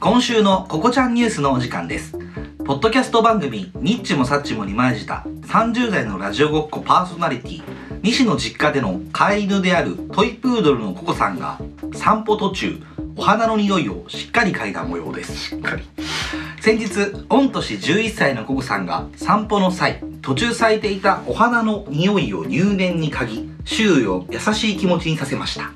今週のココちゃんニュースのお時間ですポッドキャスト番組「ニッチもサッチも」に前じた30代のラジオごっこパーソナリティ西の実家での飼い犬であるトイプードルのココさんが散歩途中お花の匂いをしっかり嗅いだ模様ですしっかり先日御年11歳のココさんが散歩の際途中咲いていたお花の匂いを入念に嗅ぎ周囲を優しい気持ちにさせました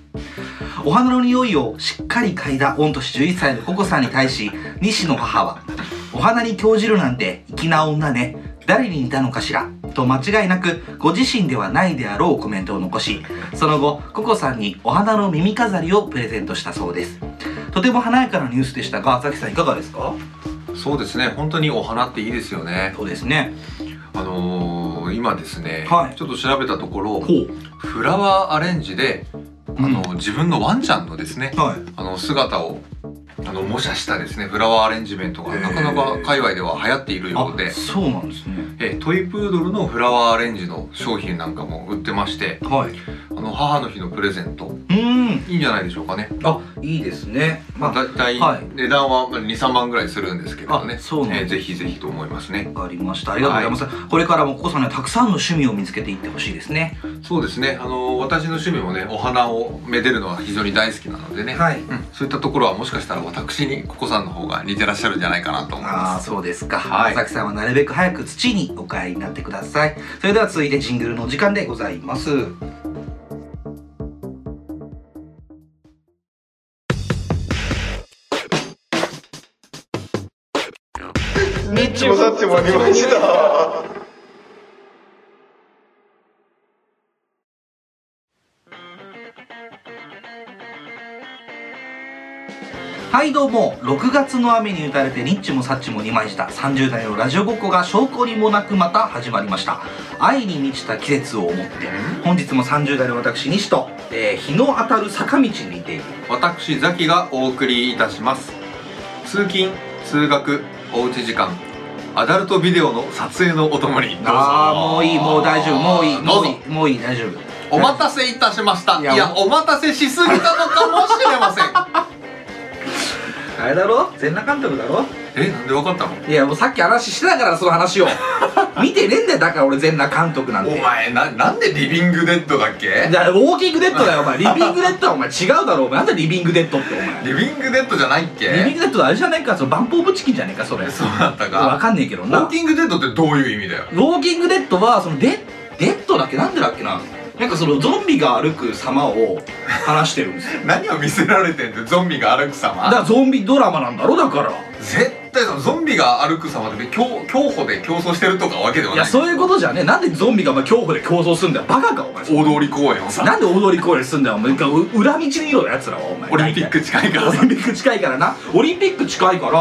お花の匂いをしっかり嗅いだ御年11歳のココさんに対し西の母は「お花に興じるなんて粋な女ね誰に似たのかしら」と間違いなくご自身ではないであろうコメントを残しその後ココさんにお花の耳飾りをプレゼントしたそうですとても華やかなニュースでしたがザキさんいかがですかそうですね本当にお花っていいですよねそうですねあのー今ですね、はいちょっと調べたところほフラワーアレンジであの、自分のワンちゃんのですねうはいあの姿をあの模写したですねフラワーアレンジメントがへーなかなか界隈では流行っているようであ、そうなんですねえトイプードルのフラワーアレンジの商品なんかも売ってましてはいあの母の日のプレゼントうんいいんじゃないでしょうかねあいいですねまあだいたいはい値段は23万ぐらいするんですけれどね、あそうなんだえーぜひぜひと思いますねわかりました。ありがとうございます。これからもココさんにはたくさんの趣味を見つけていってほしいですね。そうですねあの私の趣味もねお花をめでるのは非常に大好きなのでね、い。うん、そういったところはもしかしたら私にココさんの方が似てらっしゃるんじゃないかなと思いあまあ、すそうですか。はい浅木さんはなるべく早く土にお帰りになってください。それでは続いてジングルのお時間でございます。ニッチもサッチもありました。はい、どうも。6月の雨に打たれてニッチもサッチも2枚した30代のラジオごっこが証拠にもなくまた始まりました。愛に満ちた季節を思って、本日も30代の私、西と、えー日の当たる坂道にいている。私ザキがお送りいたします通勤通学おうち時間アダルトビデオの撮影のお供にどうぞああ、もういい、もう大丈夫、もういい、どもううぞいい、もういい、大丈夫。お待たせいたしましたいいややお待たせしすぎたのかもしれませんあれだろ全裸監督だろ えなんでわかったのいやもうさっき話してたからその 話を見てねえんだよだから俺全裸監督なんてお前ななんでリビングデッドだっけいやウォーキングデッドだよお前リビングデッドはお前違うだろお前なんでリビングデッドっておリビングデッドじゃないっ前リビンけグデッドあれじゃないかそのバンポーブチキンじゃねえかそれそうだったわかかんねえけどウなォウーキングデッドってどういう意味だよォーキングデッドはそのデデッドだっけなんでだっけななんかそのゾンビが歩く様を話してるんですよ何を見せられてんってゾンビが歩くだ様からゾンビドラマなんだろだから絶対そのゾンビが歩く様って競競歩で競争してるとかわけではいなやいそういうことじゃねえなんでゾンビがお前恐怖で競争すんだよバカかお前大通り公園をさなんで大通り公園すんだよお前う裏道にいろやつらはお前オリンピック近いからオ リさンピック近いからなオリンピック近いからあ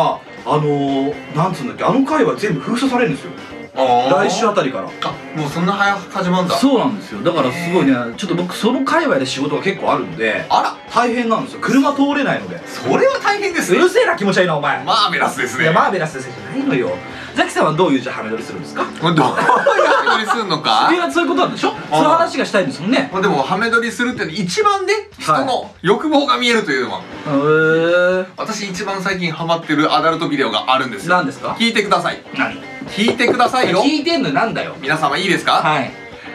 のー、なんつうんだっけあの会は全部封鎖されるんですよ来週あたりからあもうそんな早く始まるんだそうなんですよだからすごいねちょっと僕その界隈で仕事が結構あるんであ大変なんですよ車通れないのでらそれは大変ですうねるせえな気持ち悪いなお前、マーベラスですいねやマーベラス先生じゃないのよザキさんはどういうじゃあハメ撮りするんですかどういうハメ撮りすんのかいやそういうことなんでしょその話がしたいんですもんねまあでもハメ撮りするっての一番ね人の欲望が見えるというのは、へー私一番最近ハマってるアダルトビデオがあるんですよ何ですか聞いてください何聞いてくださいよ聞いてんのなんだよ皆様いいですか、はい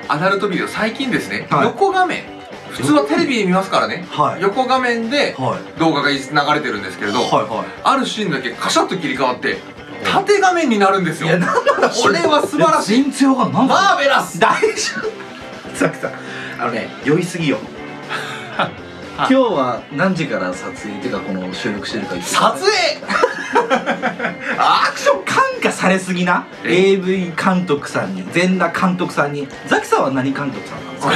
アダルトビデオ最近ですね、はい横画面普通はテレビで見ますからね、はい横画面ではい動画が流れてるんですけれど、はいはいあるシーンだけカシャッと切り替わって縦画面になるんですよいや何の話これは素晴らしい全然わかんないマなんだーベラス大丈夫さくさんあのね酔いす ぎよ今日は何時から撮影っていうかこの収録してるか言って撮影アクション感化されすぎなえ AV 監督さんに全裸監督さんにザキさんは何監督さんなんですか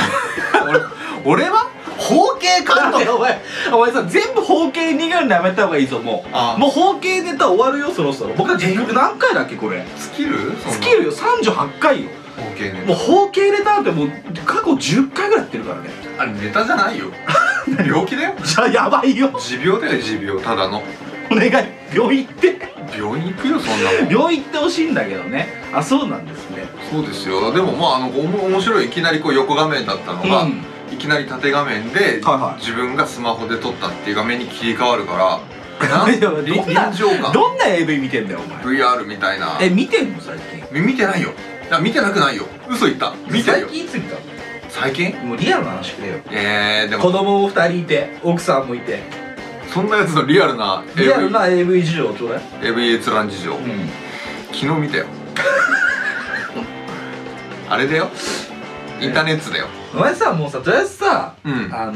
俺俺は包茎 監だって督お前お前さ全部包茎にがるのやめた方がいいぞもあうもう包茎ネタ終わるよそろそろ僕は結局何回だっけこれスキル尽きるよ38回よ包茎ねもう包茎ネタなんてもう過去10回ぐらいやってるからね あれネタじゃ ないよ病気だよじゃあやばいよ持病だよ持病ただのお願い病院行って病院行くよそんなもん病院行ってほしいんだけどねあそうなんですねそうですよでもまああのおも面白いいきなりこう横画面だったのが、いきなり縦画面で、はいはい自分がスマホで撮ったっていう画面に切り替わるから ないやどんな臨場感どんな AV 見てんだよお前 VR みたいなえ見てんの最近み見てないよいや見てなくないよ嘘言った見たよ最近いつ見たの最近もうリアルな話くれよえー、で子も供も2人いて奥さんもいてそんなやつのリアルなリアルな AV 事情ちょうだい AV 閲覧事情、ん昨日見 たよあれだよインターネットだよ、お前さもうさとりあえずさうんあの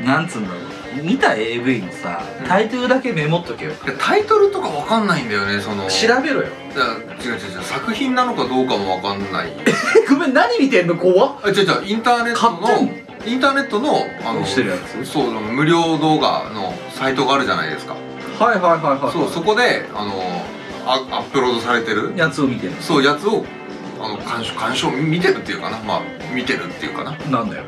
ー、なんつうんだろう見た AV のさうんタイトルだけメモっとけよいやタイトルとかわかんないんだよねその調べろよいや違う違う違う作品なのかどうかもわかんないえごめん何見てんの怖っあ違う違うインターネット買ってんのインターネットのあのしてるやつそう無料動画のサイトがあるじゃないですかはいはいはいはいはいそうそこであのあアップロードされてるやつを見てるそうやつをあの鑑賞鑑賞見てるっていうかなまあ見てるっていうかななんだよ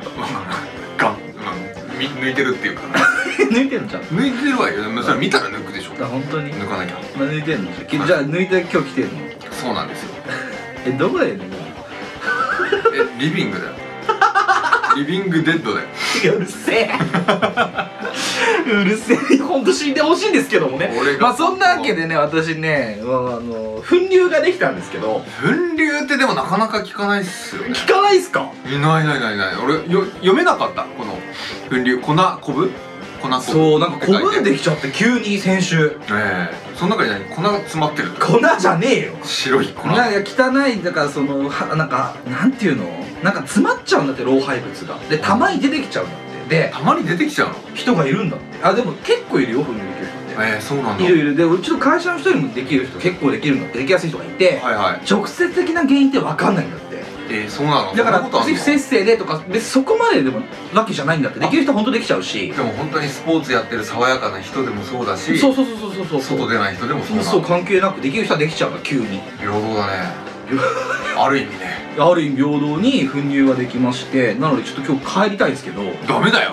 が、うん、み抜いてるっていうかな抜いてんじゃん抜いてるわよでもそれ見たら抜くでしょだ本当に、抜かなきゃまあ、抜いてんのきじゃあ抜いて今日来てんのそうなんですよえどこでねえリビングだよリビングデッドだよいやうるせえうるせえ本当死んでほしいんですけどもね俺 まがあそんなわけでね私ね、まあ、あの粉流ができたんですけど分流ってでもなかなか聞かないっすよね聞かないっすかいないいないいないいない俺よ読めなかったこの分流粉こぶ粉こぶそうなんかこぶでえできちゃって急に先週えその中に何粉が詰まってるって粉じゃねえよ白い粉なんか汚いだからそのはなんかなんていうのなんか詰まっちゃうんだって老廃物がでたまに出てきちゃうんだってでたまに出てきちゃうの人がいるんだってあでも結構いるよ粉流できる人ってええそうなんだいるいるでうちの会社の人にもできる人結構できるんだってできやすい人がいて、はいはい直接的な原因って分かんないんだってええそうなのだからそんなことあん不の摂生でとか別にそこまででもわけじゃないんだってできる人は本当できちゃうしでも本当にスポーツやってる爽やかな人でもそうだしそうそうそうそうそうそう外出ない人でもそうなのそう関係なくできる人はできちゃうから急 に平等だね平ある意味ねある意味平等に粉乳ができましてなのでちょっと今日帰りたいんですけどもうダ メだよ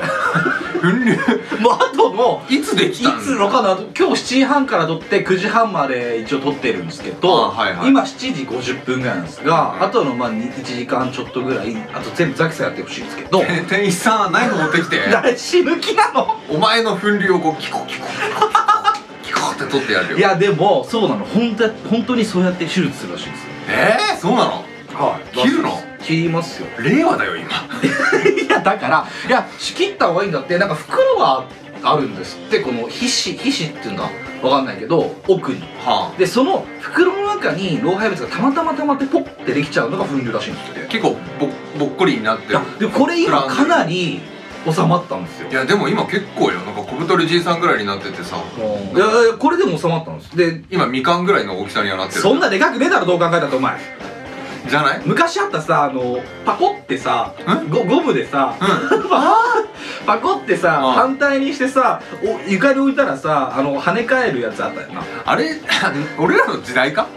分流あともいつでいきたんだつのかな今日7時半から撮って9時半まで一応撮ってるんですけど、あはいはい今7時50分ぐらいなんですが、うんあとのまあに1時間ちょっとぐらいあと全部ザキさんやってほしいんですけどえ店員さんナイフ持ってきて誰死ぬ気なのお前の粉流をこうキコキコキコキコって取ってやるよいやでもそうなの本当本当にそうやって手術するらしいんですよえー、そうなのはい切るの切りますよ令和だよ今いやだからいや切った方がいいんだってなんか袋があるんですってこの皮脂皮脂っていうんだわかんないけど奥にはでその袋の中に老廃物がたまたまたまってポッてできちゃうのが粉瘤らしいんですっあて結構ぼぼっこりになっているやでこれ今かなり収まったんですよいやでも今結構よなんか小太りじいさんぐらいになっててさうんいやいやこれでも収まったんですで今みかんぐらいの大きさにはなってるそんなでかくねえだろどう考えたってお前じゃない昔あったさあのパコってさんゴゴムでさ うパコってさうん反対にしてさお床に置いたらさあの跳ね返るやつあったよなあれ 俺らの時代か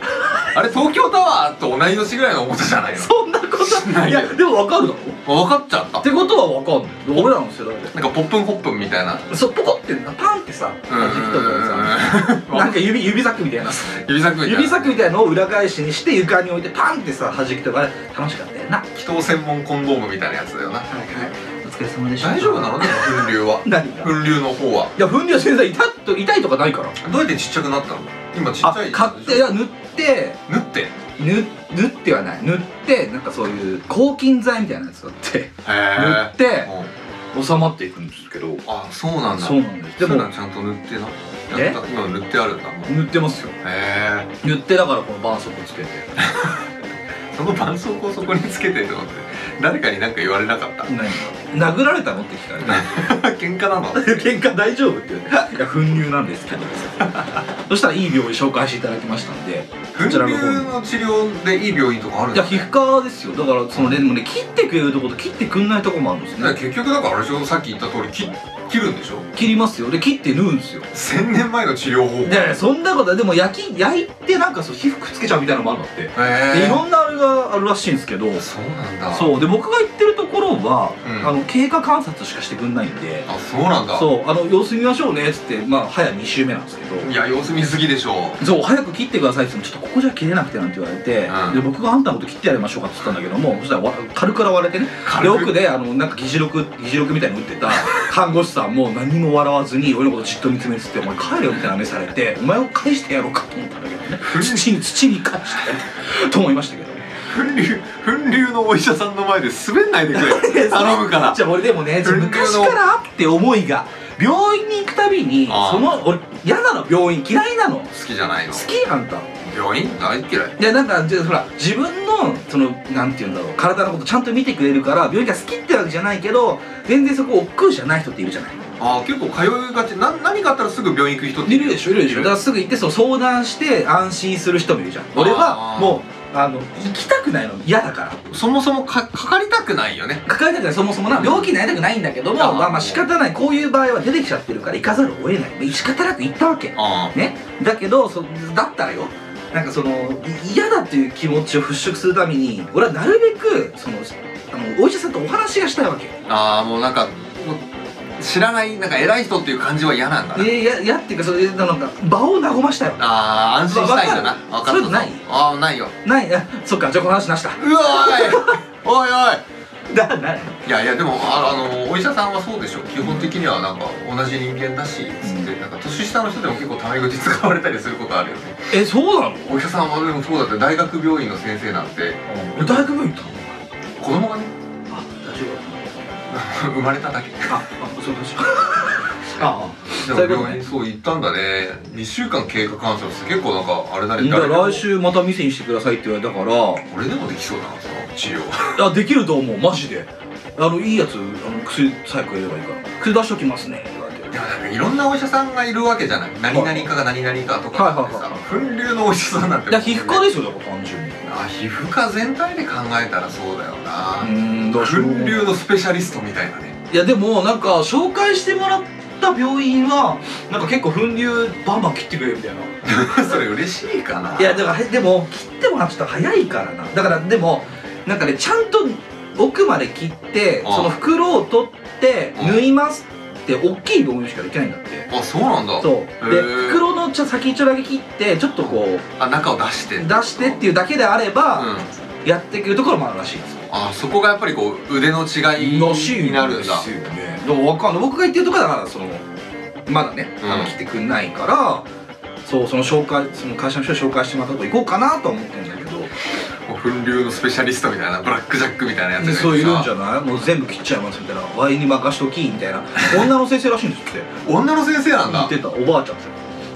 あれ東京タワーと同い年ぐらいの重さじゃないのそんなことしないいよやでも分かるだろっ分かっちゃったてことは分かんない俺らの世代でなんかポップンホップンみたいなそうポコってパンってさ弾きうんうんとうかさんうんなんか指指サックみたいな指先みたいな指サックみたいなのを裏返しにして床に置いてパンってさ弾きとか楽しかったよなはい祈祷専門コンドームみたいなやつだよなはいお疲れ様でした大丈夫なのね粉流は何が粉流の方はいや粉瘤先生痛っと痛いとかないからどうやってちっちゃくなったの今ちっちあゃい買っていや塗って縫ってへ塗塗ってはない塗ってなんかそういう抗菌剤みたいなやつがあって塗えって収まっていくんですけどあそうなんだそうなんですででももちゃんと塗ってなえやった今塗ってあるんだへ塗ってますよえ塗ってだからこの絆創膏つけてその絆創膏をそこにつけてって思って誰かに何か言われなかった何殴られたのって聞かれて 喧嘩な の喧嘩大丈夫って言ういや粉乳なんですけどそしたらいい病院紹介していただきましたんで粉ち流らの方にの治療でいい病院とかあるんいやだ皮膚科ですよだからそのねでもね切ってくれるとこと切ってくんないとこもあるんですだからね結局だからあれでしょさっき言った通り切切るんでしょ切りますよで切って縫うんですよ1000年前の治療法いやいやそんなことはでも焼き焼いてなんかそう皮膚くっつけちゃうみたいなのもあるんだってへでいえろんなあれがあるらしいんですけどそうなんだそうで僕が行ってるところは、うんあの経過観察しかしてくんないんであそうなんだそうあの様子見ましょうねっつってまあ早2週目なんですけどいや様子見すぎでしょそう早く切ってくださいって言ってもちょっとここじゃ切れなくてなんて言われて、うんで僕があんたのこと切ってやりましょうかって言ったんだけどもそしたらわ軽く笑われてねで軽く奥であのなんか議事録議事録みたいに打ってた 看護師さんも何も笑わずに俺のことじっと見つめてて「お前帰れよ」みたいな目されて「お前を返してやろうか」と思ったんだけどね土に土に返してやると思いましたけど粉流粉流のお医者さんの前で滑んないでく れ 頼むからじゃあ俺でもね分流の昔からあって思いが病院に行くたびにあーその俺嫌なの病院嫌いなの好好きじゃないのきあんた病院大嫌いいやなんかじゃあほら自分のそのなんて言うんだろう体のことちゃんと見てくれるから病院が好きってわけじゃないけど全然そこ億劫じゃない人っているじゃないああ結構通いがちな何かあったらすぐ病院行く人っているでしょいるでしょだからすぐ行ってその相談して安心する人もいるじゃん俺はあーもうあの行きたくないの嫌だからそもそもかかかりたくないよね抱えたくないそもそもな病気になりたくないんだけどもあーまあまあ仕方ないこういう場合は出てきちゃってるから行かざるを得ない仕方なく行ったわけあねだけどそだったらよなんかそのい嫌だっていう気持ちを払拭するために俺はなるべくそのあのお医者さんとお話がしたいわけーあーもうなんかもう知らないなんか偉い人っていう感じは嫌なんだなえややっていうかそれなんか場を和ましたよああ安心したいんだなわ分かるかるそういうのないああないよないあそっかじゃあこの話なしだ うわーいおいおいだないいやいやでもああのお医者さんはそうでしょ基本的にはなんか同じ人間だしつって、なんか年下の人でも結構タメ口使われたりすることあるよねえそうなのお医者さんはでもそうだって大学病院の先生なんて俺大学病院行ったの子供がね あ大丈生まれただけで夫ああそうそう ああそういうもことね病院そう行ったんだね2週間経過観察結構なんかあれだねだか誰でもら来週また店にしてくださいって言われたから俺でもできそうだなその治療いやできると思うマジであのいいやつあの薬さえくれればいいから薬出しときますねって言われてでもなんかいろんなお医者さんがいるわけじゃない何々科が何々科とかってはいはいさはい分流のお医者さんなんていや皮膚科ですよだから単純にあ皮膚科全体で考えたらそうだよなうんだから分流のスペシャリストみたいなねいやでもなんか紹介してもらった病院はなんか結構粉流バンバン切ってくれるみたいな それ嬉しいかないやだからへでも切ってもらう人早いからなだからでもなんかねちゃんと奥まで切ってああその袋を取ってうん縫いますって大きい病院しかできないんだってあそうなんだそうでへえ袋のちょ先っちょだけ切ってちょっとこうあ中を出して出してっていういうだけであれうばんやっていけるところもあるらしいんですよあそこがやっぱりこう腕の違いになるんだらしいんですよねでもわかんない僕が言ってるとこだからそのまだね、あうのん来てくんないからそうその紹介その会社の人に紹介してもらったとこ行こうかなとは思ってるんだけど、もう分流のスペシャリストみたいなブラックジャックみたいなやつでそういるんじゃゃないもう全部切っちゃいますみたいなワインに任しときみたいな女の先生らしいんですって女の先生な言んだってたおばあちゃんですよ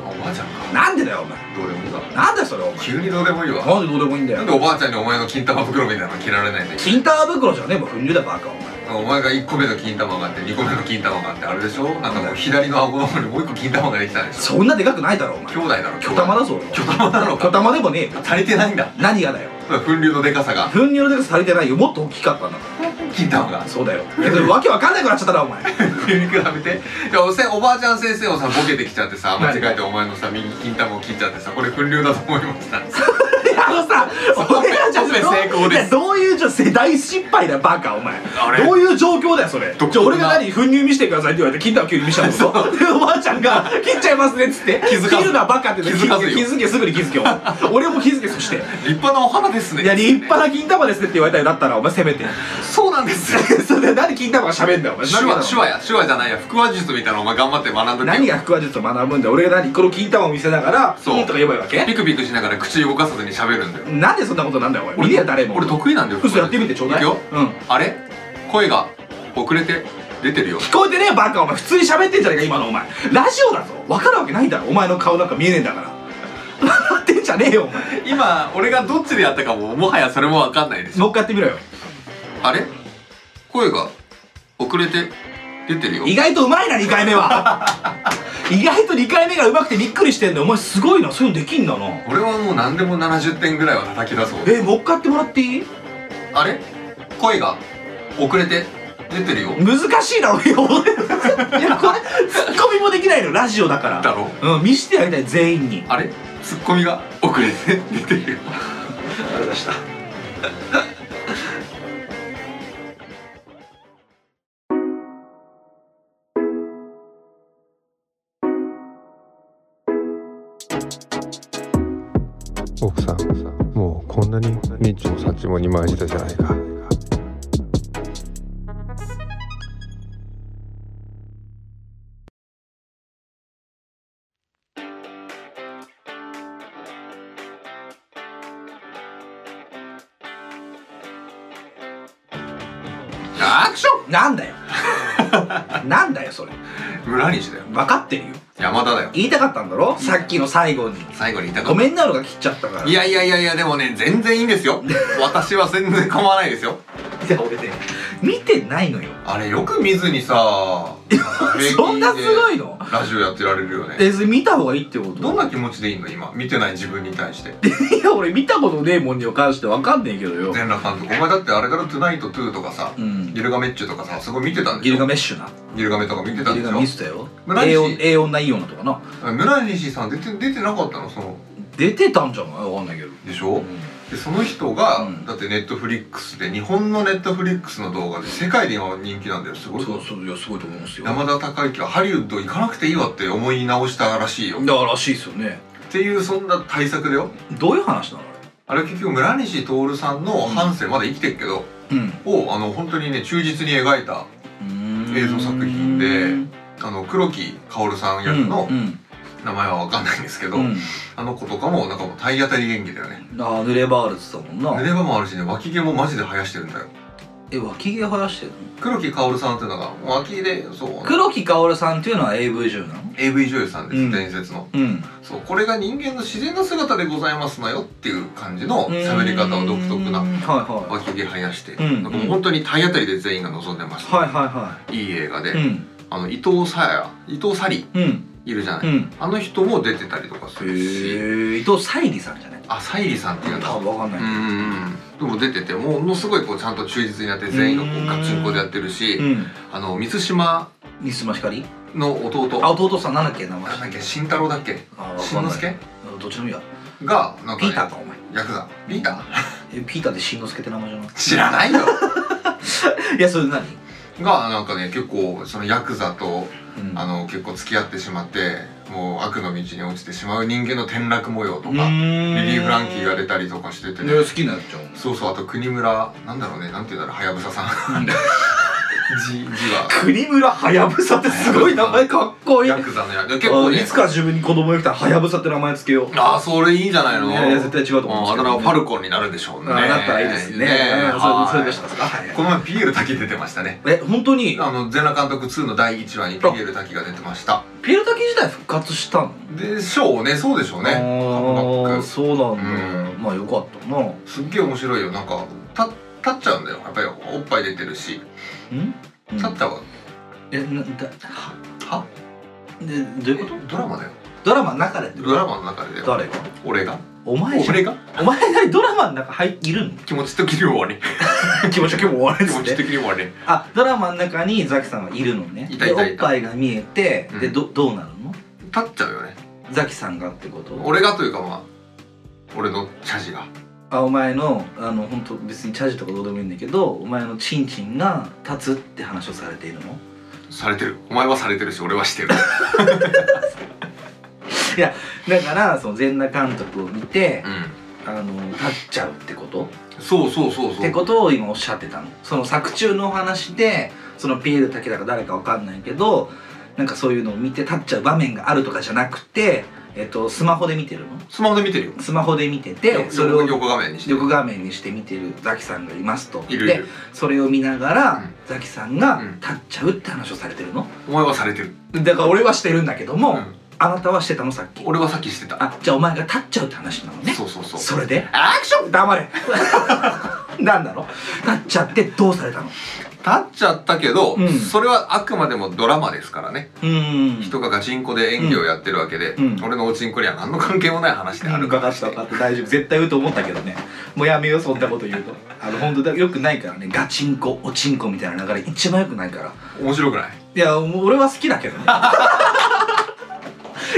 あおばあちゃんかなんでだよお前どうでもいいわなんだよそれお前急にどうでもいいわなんでどうでもいいんだなんよでおばあちゃんにお前の金玉袋みたいなの着られないんだよ金玉袋じゃねえもん粉流だバカお前お前が1個目の金玉があって2個目の金玉があってあれでしょなんかもう左の顎の方にもう1個金玉ができたんでしょそんなでかくないだろお前兄弟だろ巨玉だぞ俺は巨玉なの巨か玉でもねえよ足りてないんだ何がだよ分流のでかさが粉流のでかさされてないよもっと大きかったんだか金玉がらそうだよいやでもわけわかんなくなっちゃったなお前 急に比べてでおせおばあちゃん先生をさボケてきちゃってさ間違えてお前のさ右金玉を切っちゃってさこれ分流だと思いましたいやあのさ、俺らじゃオペ成功ですいやどういうじゃ世代失敗だよバカお前あれどういう状況だよそれ独特なじゃあ俺が何粉乳見してくださいって言われて金玉急に見せたのでおばあちゃんが「切っちゃいますね」っつって「気づかず切るなバカ」って言って気づかずよ気づけすぐに気づ けお前俺も気づけそして立派なお花ですねいや立派な金玉ですねって言われたよだったらお前せめ てそうなんですよそれで何金玉が喋んだよお前手何がだ話手話や手話じゃないや腹話術みたいなのお前頑張って学んどけ何が腹話術を学ぶんだよ俺が何この金玉を見せながら「そううん」とか言えばいいわピけクピクしながら口動かさずに喋るんだよなんでそんなことなんだよお前見りゃ誰も俺得意なんだよ嘘やってみてちょうだいくようんあれ声が遅れて出てるよ聞こえてねえバカお前普通に喋ってんじゃねえか今のお前ラジオだぞ分かるわけないだろお前の顔なんか見えねえんだから笑ってんじゃねえよお前今俺がどっちでやったかももはやそれもわかんないでしょもう一回やってみろよあれ声が遅れて出てるよ意外とうまいな2回目は意外と2回目がうまくてびっくりしてんだよお前すごいなそういうのできんだな俺はもう何でも70点ぐらいは叩き出そうえもう一回やってもらっていいあれ声が遅れて出てるよ難しいな俺俺いやこれツッコミもできないのラジオだからだろうん見してやりたい全員にあれツッコミが遅れて出てるよありがとうございましたこんなにニッチもサッチも二枚舌じゃないか。アクショなんだよ なんだよそれン村西だよ分かってるよ山田だよ言いたかったんだろさっきの最後に最後に言いたかごっためんなのが切っちゃったからいやいやいやいやでもね全然いいんです よ私は全然構わないですよいや俺ね見てないのよあれよく見ずにさそんなすごいいのラジオやってられるよねえそれ見た方がいいってことどんな気持ちでいいの今見てない自分に対していや俺見たことねえもんに関してわかんねえけどよ全裸監督お前だってあれだろ「トゥナイト2」とかさうんギルガメッチュとかさすごい見てたんでギしルガょメッシュなギルガメとか見てたんギルでガメ見してたよ村え西え女ええ女いい女とかなょ村西さん出て出てなかったのその出てたんじゃないわかんないけどでしょ、でその人が、うんだってネットフリックスで日本のネットフリックスの動画で世界で今人気なんだよすごいそうそういやすごいと思うんですよ山田孝之はハリウッド行かなくていいわって思い直したらしいよだかららしいですよねっていうそんな対策だよどういう話なのあれ結局村西徹さんの半生まだ生きてるけど、あれうんをあの本当にね忠実に描いた映像作品であの黒木薫さん役のうん名前は分かんないんですけど、うんうんあの子とかもなんかもう体当たり演技だよねああ濡れバールっつったもんな濡れ場もあるしね脇毛もマジで生やしてるんだよえ脇毛生やしてる黒木薫さんっていうのが脇でそう黒木薫さんっていうのは AV 女優なの AV 女優さんです、うん伝説のうんそうこれが人間の自然な姿でございますなよっていう感じの喋り方を独特うなんはいはい脇毛生やして、うんなんかもう本当に体当たりで全員が望んでました、、はいはいい映画で、いはいうんあの伊藤沙や伊藤沙莉うんいるじゃない、うんあの人も出てたりとかするしへえ伊藤沙莉さんじゃないあ沙莉さんっていう多の分わかんうないんうんうんでも出ててもうものすごいこうちゃんと忠実にやって全員がこうんうガチンコでやってるし、うんあの満島三島ひかりの弟あ弟さんなんだっけ名前なんだっけ慎太郎だっけあわかんないしんのすけどっちでもいいやがなんか、ピね、ーターかお前ヤクザリーダーえピーターでしんのすけって名前じゃなく知らないよ ていやそれ何がなんかね結構そのヤクザとうんあの結構付き合ってしまってもう悪の道に落ちてしまう人間の転落模様とうかーリんリー・フランキーが出たりとかしててね好きなやつじゃんそうそうあと国村なんだろうねなんていうんだろうはやぶささん じじは国村はやぶさってすごい名前かっこいいヤクザのや結構あねいつから自分に子供が来たらはやぶさって名前つけようああそれいいじゃないのいやいや絶対違うと思うんですけどねあだ名はファルコンになるでしょうねあなったらいいですねねうんそれそれはでいしたですかはいこの前ピエール滝出てましたねえ本当にあの全裸監督2の第1話にピエール滝が出てましたピエール滝自体復活したのでしょうねそうでしょうねあカムバーックそうなんだ、うまあよかったなうんすっげえ面白いよなんかた立っちゃうんだよやっぱりおっぱい出てるしうん立ったわえなだははでどういうことドラマだよドラマの中でってことドラマの中でだよ誰が俺がお前じゃん俺がお前何ドラマの中入っているの気持ち的にもね 気持ち今日終わり気持ち的にもねあドラマの中にザキさんはいるのねいたいたいたでおっぱいが見えて、うんでどどうなるの立っちゃうよねザキさんがってこと俺がというかまあ俺のチャジがあお前のあの本当別にチャージとかどうでもいいんだけどお前のチンチンが立つって話をされているのされてるお前はされてるし俺はしてるだからその全裸監督を見てう、んあの立っちゃうってことそうそうそうっそてうことを今おっしゃってたのその作中のお話でそのピエール竹だか誰かわかんないけどなんかそういうのを見て立っちゃう場面があるとかじゃなくて、えっと、スマホで見てるのスマホで見てるよスマホで見てよてそれを横画面にして横画面にして見てるザキさんがいますといるいでるそれを見ながら、うんザキさんがうん立っちゃうって話をされてるの、お前はされてる、だから俺はしてるんだけども、うんあなたはしてたのさっき俺はさっきしてたあじゃあお前が立っちゃうって話なのねそうそうそうそれでアクション黙れ なんだろ立っちゃってどうされたの立っちゃったけど、うんそれはあくまでもドラマですからね、うん人がガチンコで演技をやってるわけで、うん俺のおちんこには何の関係もない話であるかからかし、ってたかって大丈夫絶対言うと思ったけどねもうやめようそんなこと言うとあの本当だよくないからねガチンコおチンコみたいな流れ一番よくないから面白くないいやもう俺は好きだけどね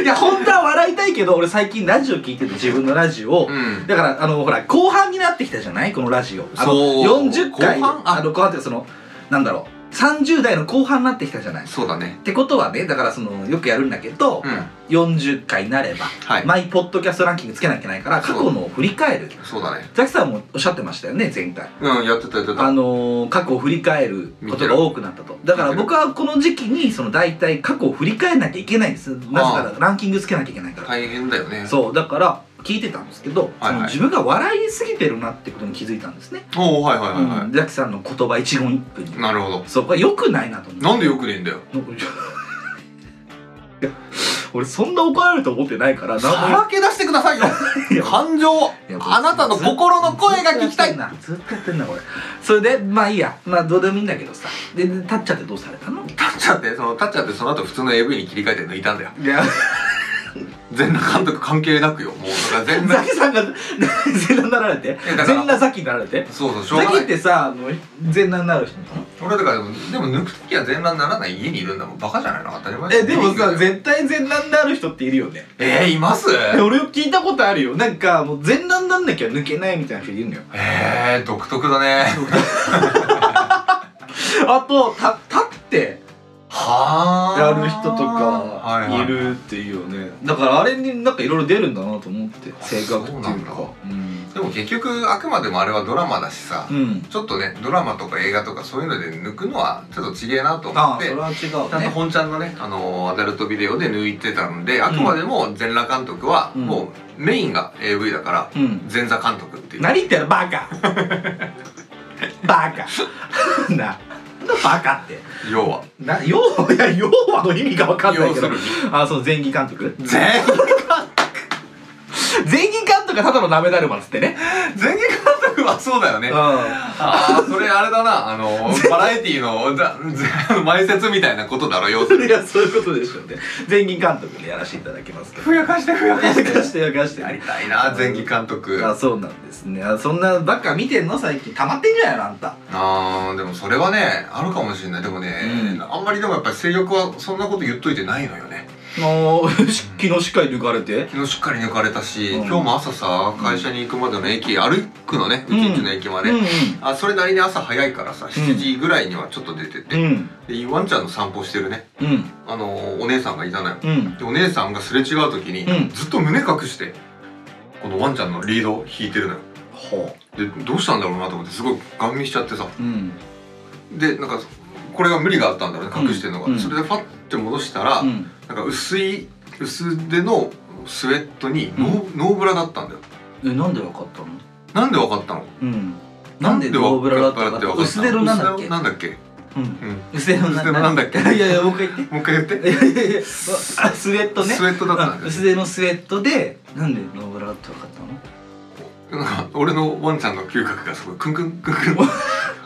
いや本当は笑いたいけど俺最近ラジオ聞いてて自分のラジオを、うんだからあのほら後半になってきたじゃないこのラジオあのそう40回後半ああの後半っていうかそのなんだろう30代の後半になってきたじゃないっそうだねてことはねだからそのよくやるんだけど、うん40回になれば、はいマイポッドキャストランキングつけなきゃいけないから過去のを振り返るそうだねザキさんもおっしゃってましたよね前回うんやってたやってあたのー過去を振り返ることが多くなったとだから僕はこの時期にその大体過去を振り返らなきゃいけないんですなぜならランキングつけなきゃいけないから、大変だよねそうだから聞いてたんですけど、はいはいその自分が笑いすぎてるなってことに気づいたんですね、おおはいはいはいはうんザキさんの言葉一言一句にいなるほどそうこれ良くないなと 思ってなんでよくねえんだよなんかいやいや俺そんな怒られると思ってないからさなんらけ出してくださいよいや感情をいやあなたの心の声が聞きたいずっとやってんなこれそれでまあいいやまあどうでもいいんだけどさでで立っちゃってどうされたのタッチャってそのタッチャってその後普通の AV に切り替えて抜いたんだよいや全裸監督関係なくよもうだから全ザ裸キさんが全裸になられてやだから全裸ザキになられてそうそうしょうザがキなっていさあの全裸になる人なの俺だからでもでも抜く時は全裸にならない家にいるんだもんバカじゃないの当たり前えでもさぜ絶対全裸になる人っているよねえー、いますえ俺よ聞いたことあるよなんかもう全裸になんなきゃ抜けないみたいな人いるのよえー、独特だねあとた立ってはあやる人とはいかはいるっていうよねだからあれになんかいろいろ出るんだなと思って性格っていうそうなんだかうんでも結局あくまでもあれはドラマだしさ、うんちょっとねドラマとか映画とかそういうので抜くのはちょっとちげえなと思ああっそてれは違ちゃんとうね本ちゃんのね、あのーアダルトビデオで抜いてたんであくまでも全裸監督はうんもうメインが AV だからうん全裸監督っていう、何言ってんのバカバカななんだバカって要はな要はいや要はの意味が分かんないけど要すあそう前儀監督全前儀監督はただのなめだるまっつってね全監督はそうだよねうああそれあれだなあ のーバラエティーのだぜ前説みたいなことだろ要するんい にやそういうことでしょうね前儀監督でやらせていただきますけどふやかしてふややらかしてやらかしてやりたいな前期監督ああそうなんですねあそんなばっか見てんの最近溜まってんじゃないのあんたあーでもそれはねあるかもしれないでもね、うんあんまりでもやっぱり性欲はそんなこと言っといてないのよねもう 昨日しっかり抜かれて昨日しっかり抜かれたし、うん今日も朝さ会社に行くまでの駅歩くのねうちんちの駅まで、うんあそれなりに朝早いからさ7時ぐらいにはちょっと出てて、うんでワンちゃんの散歩してるねうんあのーお姉さんがいたのようんでお姉さんがすれ違う時に、うんずっと胸隠してこのワンちゃんのリードを引いてるのよほでどうしたんだろうなと思ってすごいガン見しちゃってさううんでなんかこれが無理があったんだろうね隠してるのが、うんそれでパッて戻したら、うんなんか薄い薄手のスウェットにノー,、ノーブラだったんだよえなんで分かったのなんでわかったのうんなんでノーブラだったなんかでわか薄手のなんだっけ薄手のなんだっけうんうん薄手の薄手のなんだっ けいやいやもう一回言っもう一回言ってていやいやいやあスウェットねスウェットだったんだうんよ薄手のスウェットでなんでノーブラだって分かったのなんか俺のワンちゃんの嗅覚がすごいクンクンクンクン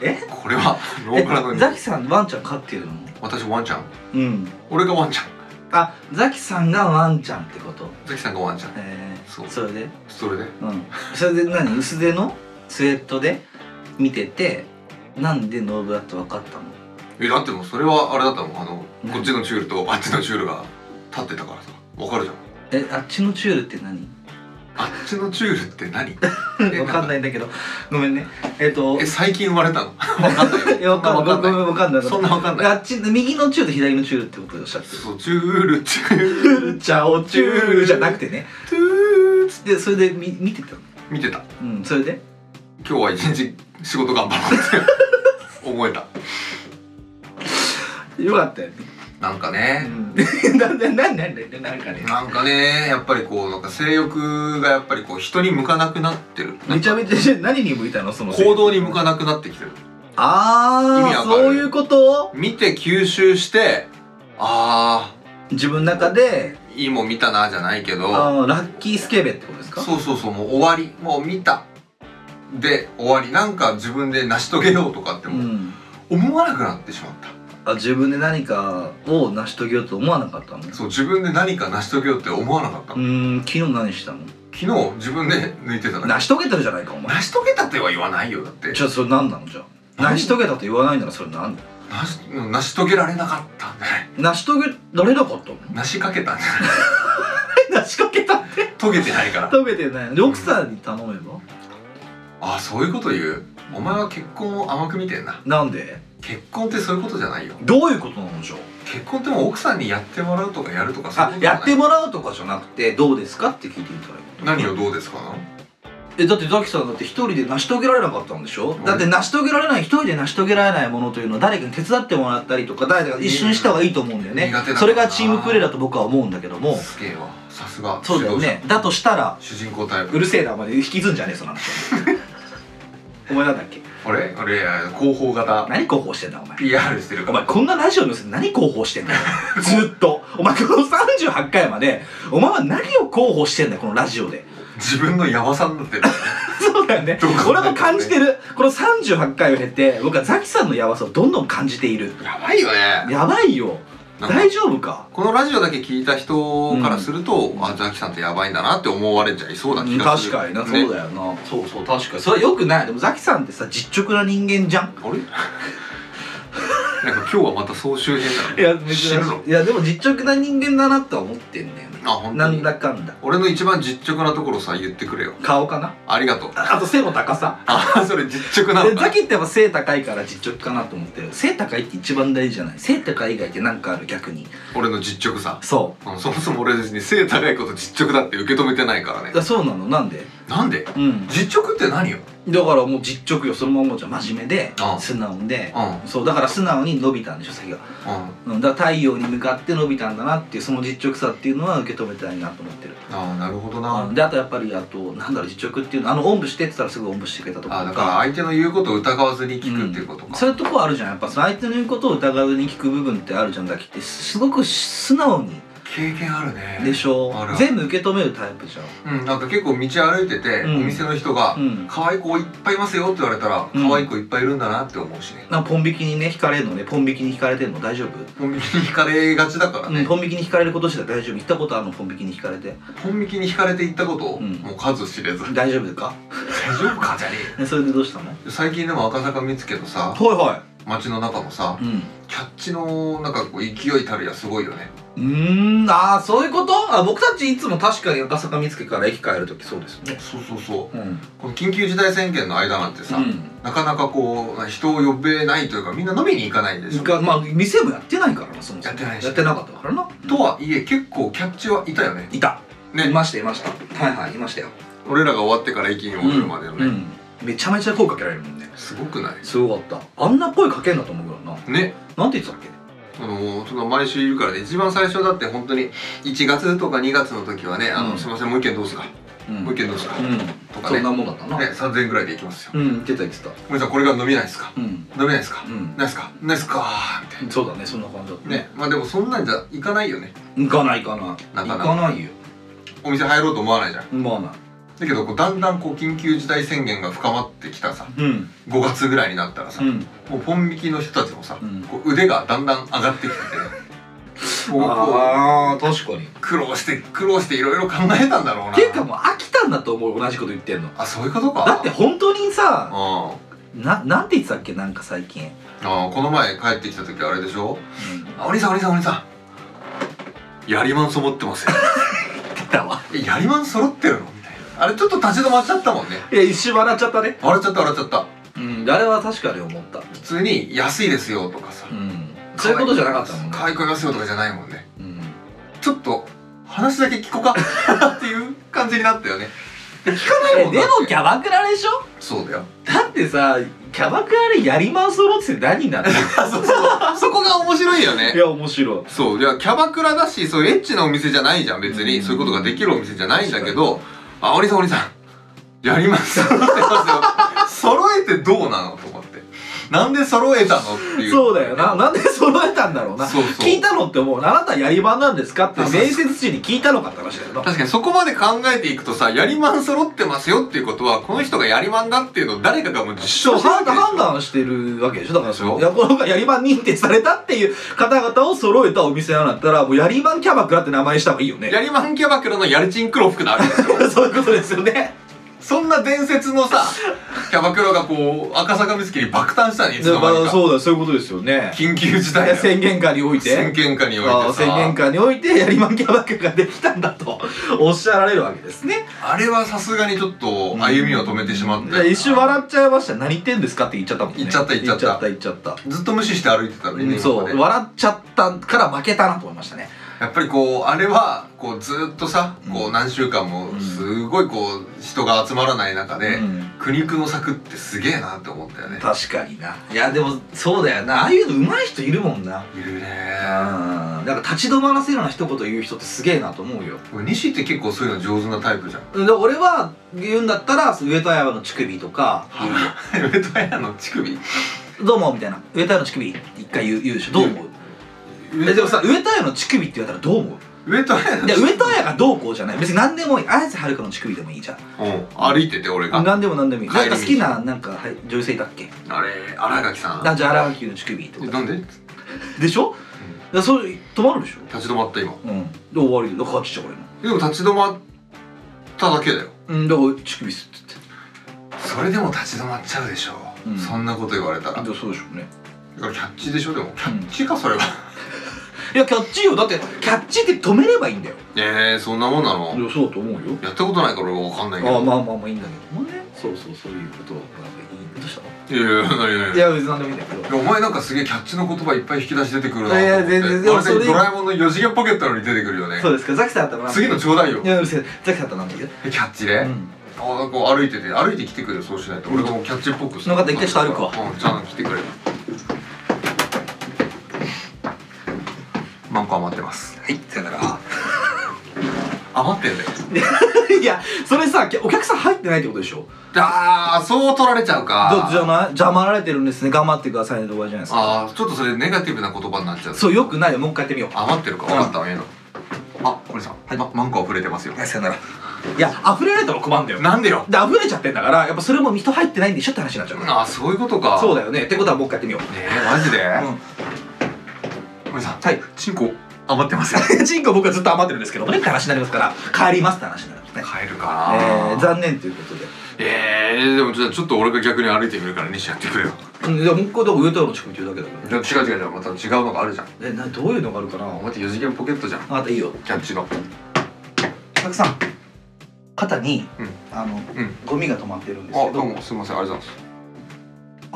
えこれはノーブラのえにザキさんワンちゃん飼ってるの私ワンちゃんうん俺がワンちゃんあザキさんがワンちゃんってことザキさんがワンちゃんえー、そうそれでそれでうん それで何薄手のスウェットで見ててなんでノーブラって分かったのえだってもうそれはあれだったもんあのうんこっちのチュールとあっちのチュールが立ってたからさわかるじゃんえあっちのチュールって何あっちのチュールって 何え分かんないんだけどごめんねえっ、とえ最近生まれ たのわかんないえわかんないわかんない分かんないそんなわかんないあっち右のチュールと左のチュールってことでおっしゃってそうチュールチュールるチャオチュールじゃなくてねトゥーっつってでそれで見見てたの見てたうんそれで今日は一日仕事頑張ろうって思えたよかったよね、なんかうん、ね、なんでなんでなんでなんかねなんかねやっぱりこうなんか性欲がやっぱりこう人に向かなくなってるめちゃめちゃ何に向いたのその行動に向っかなくなってきてる意味ああわかるそういうこと見て吸収してあ自分の中でーいいもん見たなじゃないけどあーラッキースケベってことですかそうそうそうもう終わりもう見たで終わりなんか自分で成し遂げようとかってうもうん思わなくなってしまった、あ自分で何かを成し遂げようと思わなかったのそう自分で何か成し遂げようって思わなかった、うーん昨日何したの昨日自分で抜いてただけ成し遂げてるじゃないかお前成し遂げたっては言わないよだってじゃあそれ何なのじゃあ成何し遂げたと言わないならそれ何成し成し遂げられなかったんじゃない成し遂げられなかったの成しかけたんじゃない 成し遂げたって 遂げてないから遂げてないで奥さんに頼めばああそういうこと言うお前は結婚を甘く見てんななんで結結婚ってそういうことじゃないよどういうことなんでしょう結婚ってもう奥さんにやってもらうとかやるとかそういあうことじゃやないってもらうとかじゃなくてどうですかって聞いてみたらいい何をどうですかなえだってザキさんだって一人で成し遂げられなかったんでしょ、だって成し遂げられない一人で成し遂げられないものというのは誰かに手伝ってもらったりとか誰かが一緒にした方がいいと思うんだよね、苦手だなそれがチームプレーだと僕は思うんだけどもすげえわさすがそうだよねだとしたら主導者主人公タイうプるせえなお前引きずんじゃねえそんな話お前なんだっけあれあれ広報型何広報してんだお前 PR してるおか前らこんなラジオのせて何広報してんだよ ずっとお前この38回までお前は何を広報してんだよこのラジオで自分のヤバさになってるそうだよねどう考えてもね俺も感じてるこの38回を経て僕はザキさんのやばさをどんどん感じているやばいよねやばいよなんか大丈夫かこのラジオだけ聞いた人からすると、あザキさんってやばいんだなって思われちゃいそうな気がす確るかにな、ねそうだよなそうそう確かにそれはよくないでもザキさんってさ実直な人間じゃんあれなんか今日はまた総集編だねいや知るのいやでも実直な人間だなとは思ってんだよねあ本な当にんだかんだ俺の一番実直なところさ言ってくれよ顔かなありがとうああと背の高さあそれ実直なでのかザキってやっぱ背高いから実直かなと思ってる背高いって一番大事じゃない背高い以外ってなんかある逆に俺の実直さそうんそもそも俺別に背高いこと実直だって受け止めてないからねうあそうなのなんでなんでうん実直って何よだからもう実直よそのまんまじゃん真面目でああ素直でうんうんそうだから素直に伸びたんでしょ先が、あうん、だから太陽に向かって伸びたんだなっていうその実直さっていうのは受け止めたいなと思ってるあなるほどあなであとやっぱりあとなんだろう実直っていうのあのおんぶしてって言ったらすぐおんぶしてくれたとあかだから相手の言うことを疑わずに聞くっていうことうんか、そういうとこあるじゃんやっぱその相手の言うことを疑わずに聞く部分ってあるじゃんだきってすごく素直に経験あるねでしょある全部受け止めるタイプじゃうんなんか結構道歩いてて、うんお店の人がん、うん「可愛い子いっぱいいますよ」って言われたら、うん可愛い子いっぱいいるんだなって思うしねなんかポン引きにね引かれるのねポン引きに引かれてるの大丈夫コンビニに惹かれがちだからうん、ね、ポン引きに引かれることしたら大丈夫行ったことあるのポン引きに引かれてコンビニに惹かれていったこと、うんもう数知れず大大丈夫か丈夫かじゃねえそれでどうしたのはえよ最近でも赤坂見つけのさは街の中のさいうんキャッチのなんかこう勢いたるやすごいよねうーんああそういうことあ僕たちいつも確かに赤坂見附から駅帰る時そうですねそうそうそううんこの緊急事態宣言の間なんてさ、うんなかなかこう人を呼べないというかみんな飲みに行かないでしょがまあ店もやってないからなそもそもやってないしやってなかったからなとはいえ結構キャッチはいたよねいたねいましたいましたはいはいいましたよ俺らが終わってから駅に戻るまでのね、うんめちゃめちゃ声かけられるもんねすごくないすごかったあんな声かけんだと思うからなねなんて言ってたっけあのその毎週いるからね一番最初だって本当に1月とか2月の時はね「あのうんすいませんもう一件どうすか、うんもう一件どうすか」うとんかそねんなねもんだったな3000円ぐらいで行きますようん言ってた言ってた「森さんこれが飲みないですかうん飲みないですかうんないですかないですか」みたいそうだねそんな感じだったなねまあでもそんなんじゃいかないよね行かない行かないなかなか行かないよお店入ろうと思わないじゃんまあなだけどこうだんだんこう緊急事態宣言が深まってきたさうん5月ぐらいになったらさ、うんもうポン引きの人たちもさ、うんこう腕がだんだん上がってきててこうこああ確かにう苦労して苦労していろいろ考えたんだろうなていうかもう飽きたんだと思う同じこと言ってんのあそういうことかだってうん本当にさあななんて言ってたっけなんか最近、ーこの前帰ってきた時あれでしょ「あお兄さんお兄さんお兄さんやりまんそろって ますよ出たわえやりまん揃ってるの?」みたいなあれちょっと立ち止まっちゃったもんねいや一瞬笑っちゃったね笑っちゃった笑っちゃったうんあれは確かに思った普通に「安いですよ」とかさ、うんそういうことじゃなかったもんね可愛くありますよとかじゃないもんねうんちょっと話だけ聞こうかっていう感じになったよね聞かないえもんでだってもキャバクラでしょそうだよだってさキャバクラでやりまんそろって何にな ってるそうそうそこが面白いよねや面白いそういやキャバクラだしそういうエッチなお店じゃないじゃん別うにんそういうことができるお店じゃないんだけど「あおりさんおりさんやります」ってますよ揃えてどうなのと思ってなんで揃えたのっていうそうだよななんで揃えたんだろうなそうそう聞いたのって思うあなたやりまんなんですかって面接中に聞いたのかって話だよな確かにそこまで考えていくとさやりまん揃ってますよっていうことはこの人がやりまんだっていうのを誰かがもう実そう証してるわ判けでし断してるわけでしょょだからそそのういやこのやりまん認定されたっていう方々を揃えたお店なんだったらもうやりまんキャバクラって名前にした方がいいよね やりまんキャバクラのやりちん黒服なわけですよそういうことですよね そんな伝説のさキャバクラがこう赤坂見附に爆誕したねいつだのか間にらかそうだそういうことですよ ね緊急事態だよ宣言下において宣言下においあてー宣言さ下においてやりまんキャバクラができたんだとおっしゃられるわけですねあれはさすがにちょっと歩みを止めてしまって、で一瞬笑っちゃいました何言ってんですかって言っちゃったもんね言っちゃった言っちゃった言っちゃったずっと無視して歩いてたのにね、うんそう今まで笑っちゃったから負けたなと思いましたねやっぱりこうあれはこうずっとさこうう何週間もすごいこう人が集まらない中で、うん苦肉の策ってすげえなって思ったよね確かにないやでもそうだよなああいうの上手い人いるもんないるねうんだから立ち止まらせるような一言言う人ってすげえなと思うよ西って結構そういうの上手なタイプじゃんで俺は言うんだったら上戸彩の乳首とか言うよ 上戸彩の乳首どうもみたいな上戸彩の乳首って一回言う言うでしょどう思うえでもさ上戸彩の乳首って言われたらどう思う上戸彩のいや上戸彩がどうこうじゃない別に何でもいい綾瀬はるかの乳首でもいいじゃんうん歩いてて俺が何でも何でもいい帰りな道んか好きななんかはい女優さんいたっけあれ新垣さん男女荒垣結衣の乳首ってことなんででしょ、だからそれ止まるでしょ立ち止まった今うんで終わりで勝ちじゃん俺のでも立ち止まっただけだようんだから乳首すって言ってそれでも立ち止まっちゃうでしょ、うんそんなこと言われたらだでもそうでしょうねからキャッチでしょでもキャッチかそれはいやキャッチーよだってキャッチーって止めればいいんだよええそんなもんなの、いやそうだと思うよやったことないから俺わかんないけあどあまあまあまあいいんだけどもねそうそうそういうことなんかいいどうしたのいやいやいやいやいや別に何でもいいんだけどお前なんかすげえキャッチの言葉いっぱい引き出し出てくるなと思っいてや全然でもまるでそれドラえもんの四次元ポケットのように出てくるよねそうですかザキさんだったらなんて次のちょうだいよいやうるせえザキさんだったらなんだけどキャッチで、うあんあこう歩いてて歩いて来てくれよそうしないと俺がもうキャッチっぽく分かった一回下歩くわうんじゃあ来てくれよマンコ余ってますはいさよなら余ってんだ よいやそれさお客さん入ってないってことでしょああそう取られちゃうかど邪魔邪魔られてるんですね頑張ってくださいねとかじゃないですかああちょっとそれネガティブな言葉になっちゃうそうよくないよもう一回やってみよう余ってるか分かったわええのあこれさん、はいまマンコ溢れてますよはいさよならいや溢れられたら困るんだよなんでよで溢れちゃってんだからやっぱそれも人入ってないんでしょって話になっちゃうからああそういうことかそうだだよねってことはもう一回やってみようねえマジで、うこれさんはい チンコ余ってますよんチンコ僕はずっと余ってるんですけどもねって話になりますから帰りますって話になりますね帰る えかー、残念ということでえー、でもちょっとちょっと俺が逆に歩いてみるから西やってくれようんいやもう一回だから上との乳首って言うだけだいや違う違う違うまた違うのがあるじゃんけどえなどういうのがあるかなあ待って四次元ポケットじゃんあなたいいよキャッチのたくさん肩に、うんあのうんゴミが止まってるんですあけどうどもすいませんありがとうございま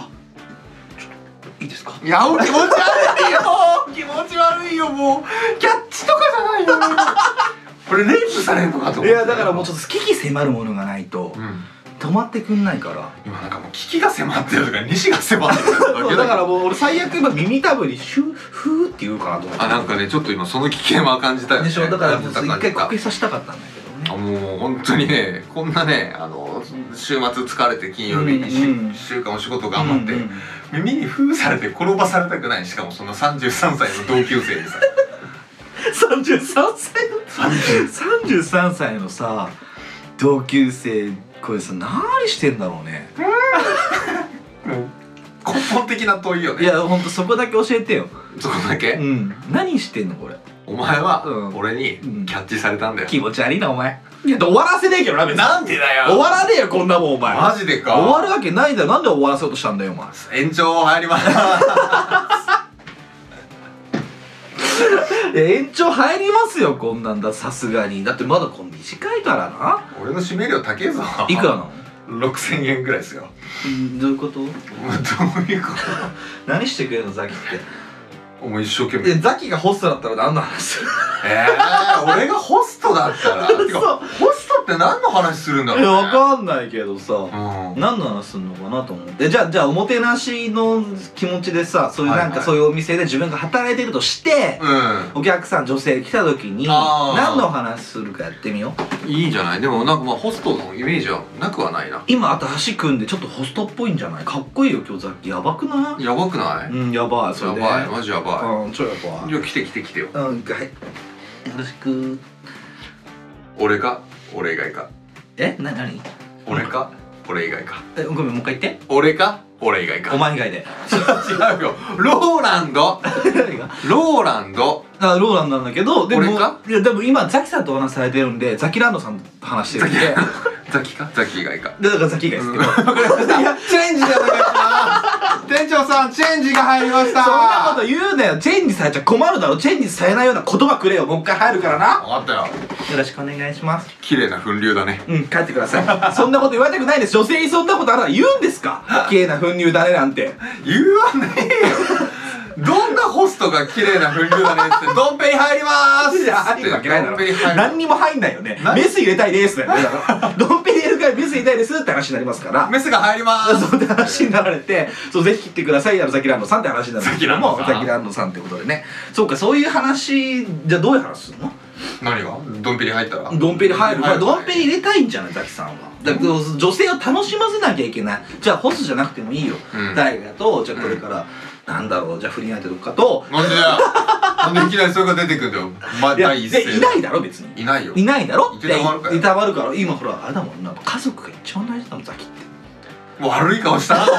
いいですかすいやお気持ち悪いよ 気持ち悪いよもうキャッチとかじゃないよ これレイプされるのかと思っいてやだからもうちょっと危機迫るものがないとうん止まってくんないから今なんかもう危機が迫ってるとか西が迫ってるとかそうだからもう俺最悪今耳たぶにシューフーって言うかなと思ってあなんかねちょっと今その危険は感じたよねでしょだからもう感じた一感じ回たこけさせたかったんだけどねあもう本当にねこんなねあの週末疲れて金曜日うんうん1週,、週間お仕事頑張って、うんうん耳に封されて転ばされたくないしかもその33歳の同級生にさ33歳の33歳のさ同級生これさ何してんだろうね根本的な問いよいねやほんとそこだけ教えてよそこだうけ、ん何してんのこれお前はうん俺にうんキャッチされたんだよ、気持ち悪いなお前いや終わらせねえけどな別になんでだよ終わらねえよこんなもんお前マジでか終わるわけないだろなんで終わらせようとしたんだよお 前延長入りますいや延長入りますよこんなんださすがにだってまだこの短いからな俺の締め料高えぞいくらなの6000円ぐらいですよ うんどういうことどういうこ何してくれるのザキってとお前一生懸命えザキがホストだったら何の話するえー、俺がホストだったらてか嘘ホストって何の話するんだいやろう、ね、わかんないけどさうん何の話すんのかなと思ってじゃあじゃあおもてなしの気持ちでさそういうはいはないんかそういうお店で自分が働いてるとして、うお客さん女性来た時にあー、何の話するかやってみようんいいんじゃないでもなんかまあホストのイメージはなくはないな今あと足組んでちょっとホストっぽいんじゃないかっこいいよ今日ザキやばくなやばくないい、うんやばいそれやでばいマジやばうんちょやばいいや来て来て来てようん、はい。よろしく。俺か俺以外かえ、な、なに。俺か俺以外かえ、ごめん、もう一回言って。俺か俺以外かお前以外で。 違うよローランド誰がローランドあ、ローランドなんだけど、でも、俺かいや、でも、今、ザキさんとお話しされてるんで、ザキランドさんと話してるんで。ザキかザキ以外かだからザキがですけど、そ んなこチェンジでお願いします 店長さんチェンジが入りましたと言うなよチェンジされちゃ困るだろチェンジされないような言葉くれよもう一回入るからな分かったよよろしくお願いします綺麗な粉流だねうん帰ってください そんなこと言われたくないです女性にそんなことあるなら言うんですか綺麗な粉乳だねなんて言わねえよどんなホストが綺麗な粉流だねってドンペリ入りまーすいや入るわけないだドンペリ入ろる何にも入んないよね何メス入れたいです だよねだからドンペリ入れるからメス入れたいですって話になります からメスが入りまー すそうって話になられて、そうぜひ切ってくださいやろザキランドさんって話になるんですけども、ザキランザドさんキランドさんってことでね。そうかそういう話じゃあどういう話するの？何がドンペリ入ったらドンペリ入る。まあドンペリ入入れたいんじゃないザキさんは。だけど女性を楽しませなきゃいけない。じゃあホスじゃなくてもいいよう。ん誰かとじゃあこれからなんだろうじゃあ不倫相手とかと。なんでだよなんでいきなりそれが出てくんだよまいやで第一声いないだろ別に。いないよいないだろいてたまるからでいたまるから今ほらあれだもんな家族が一番大事だもんザキって悪い顔したなお前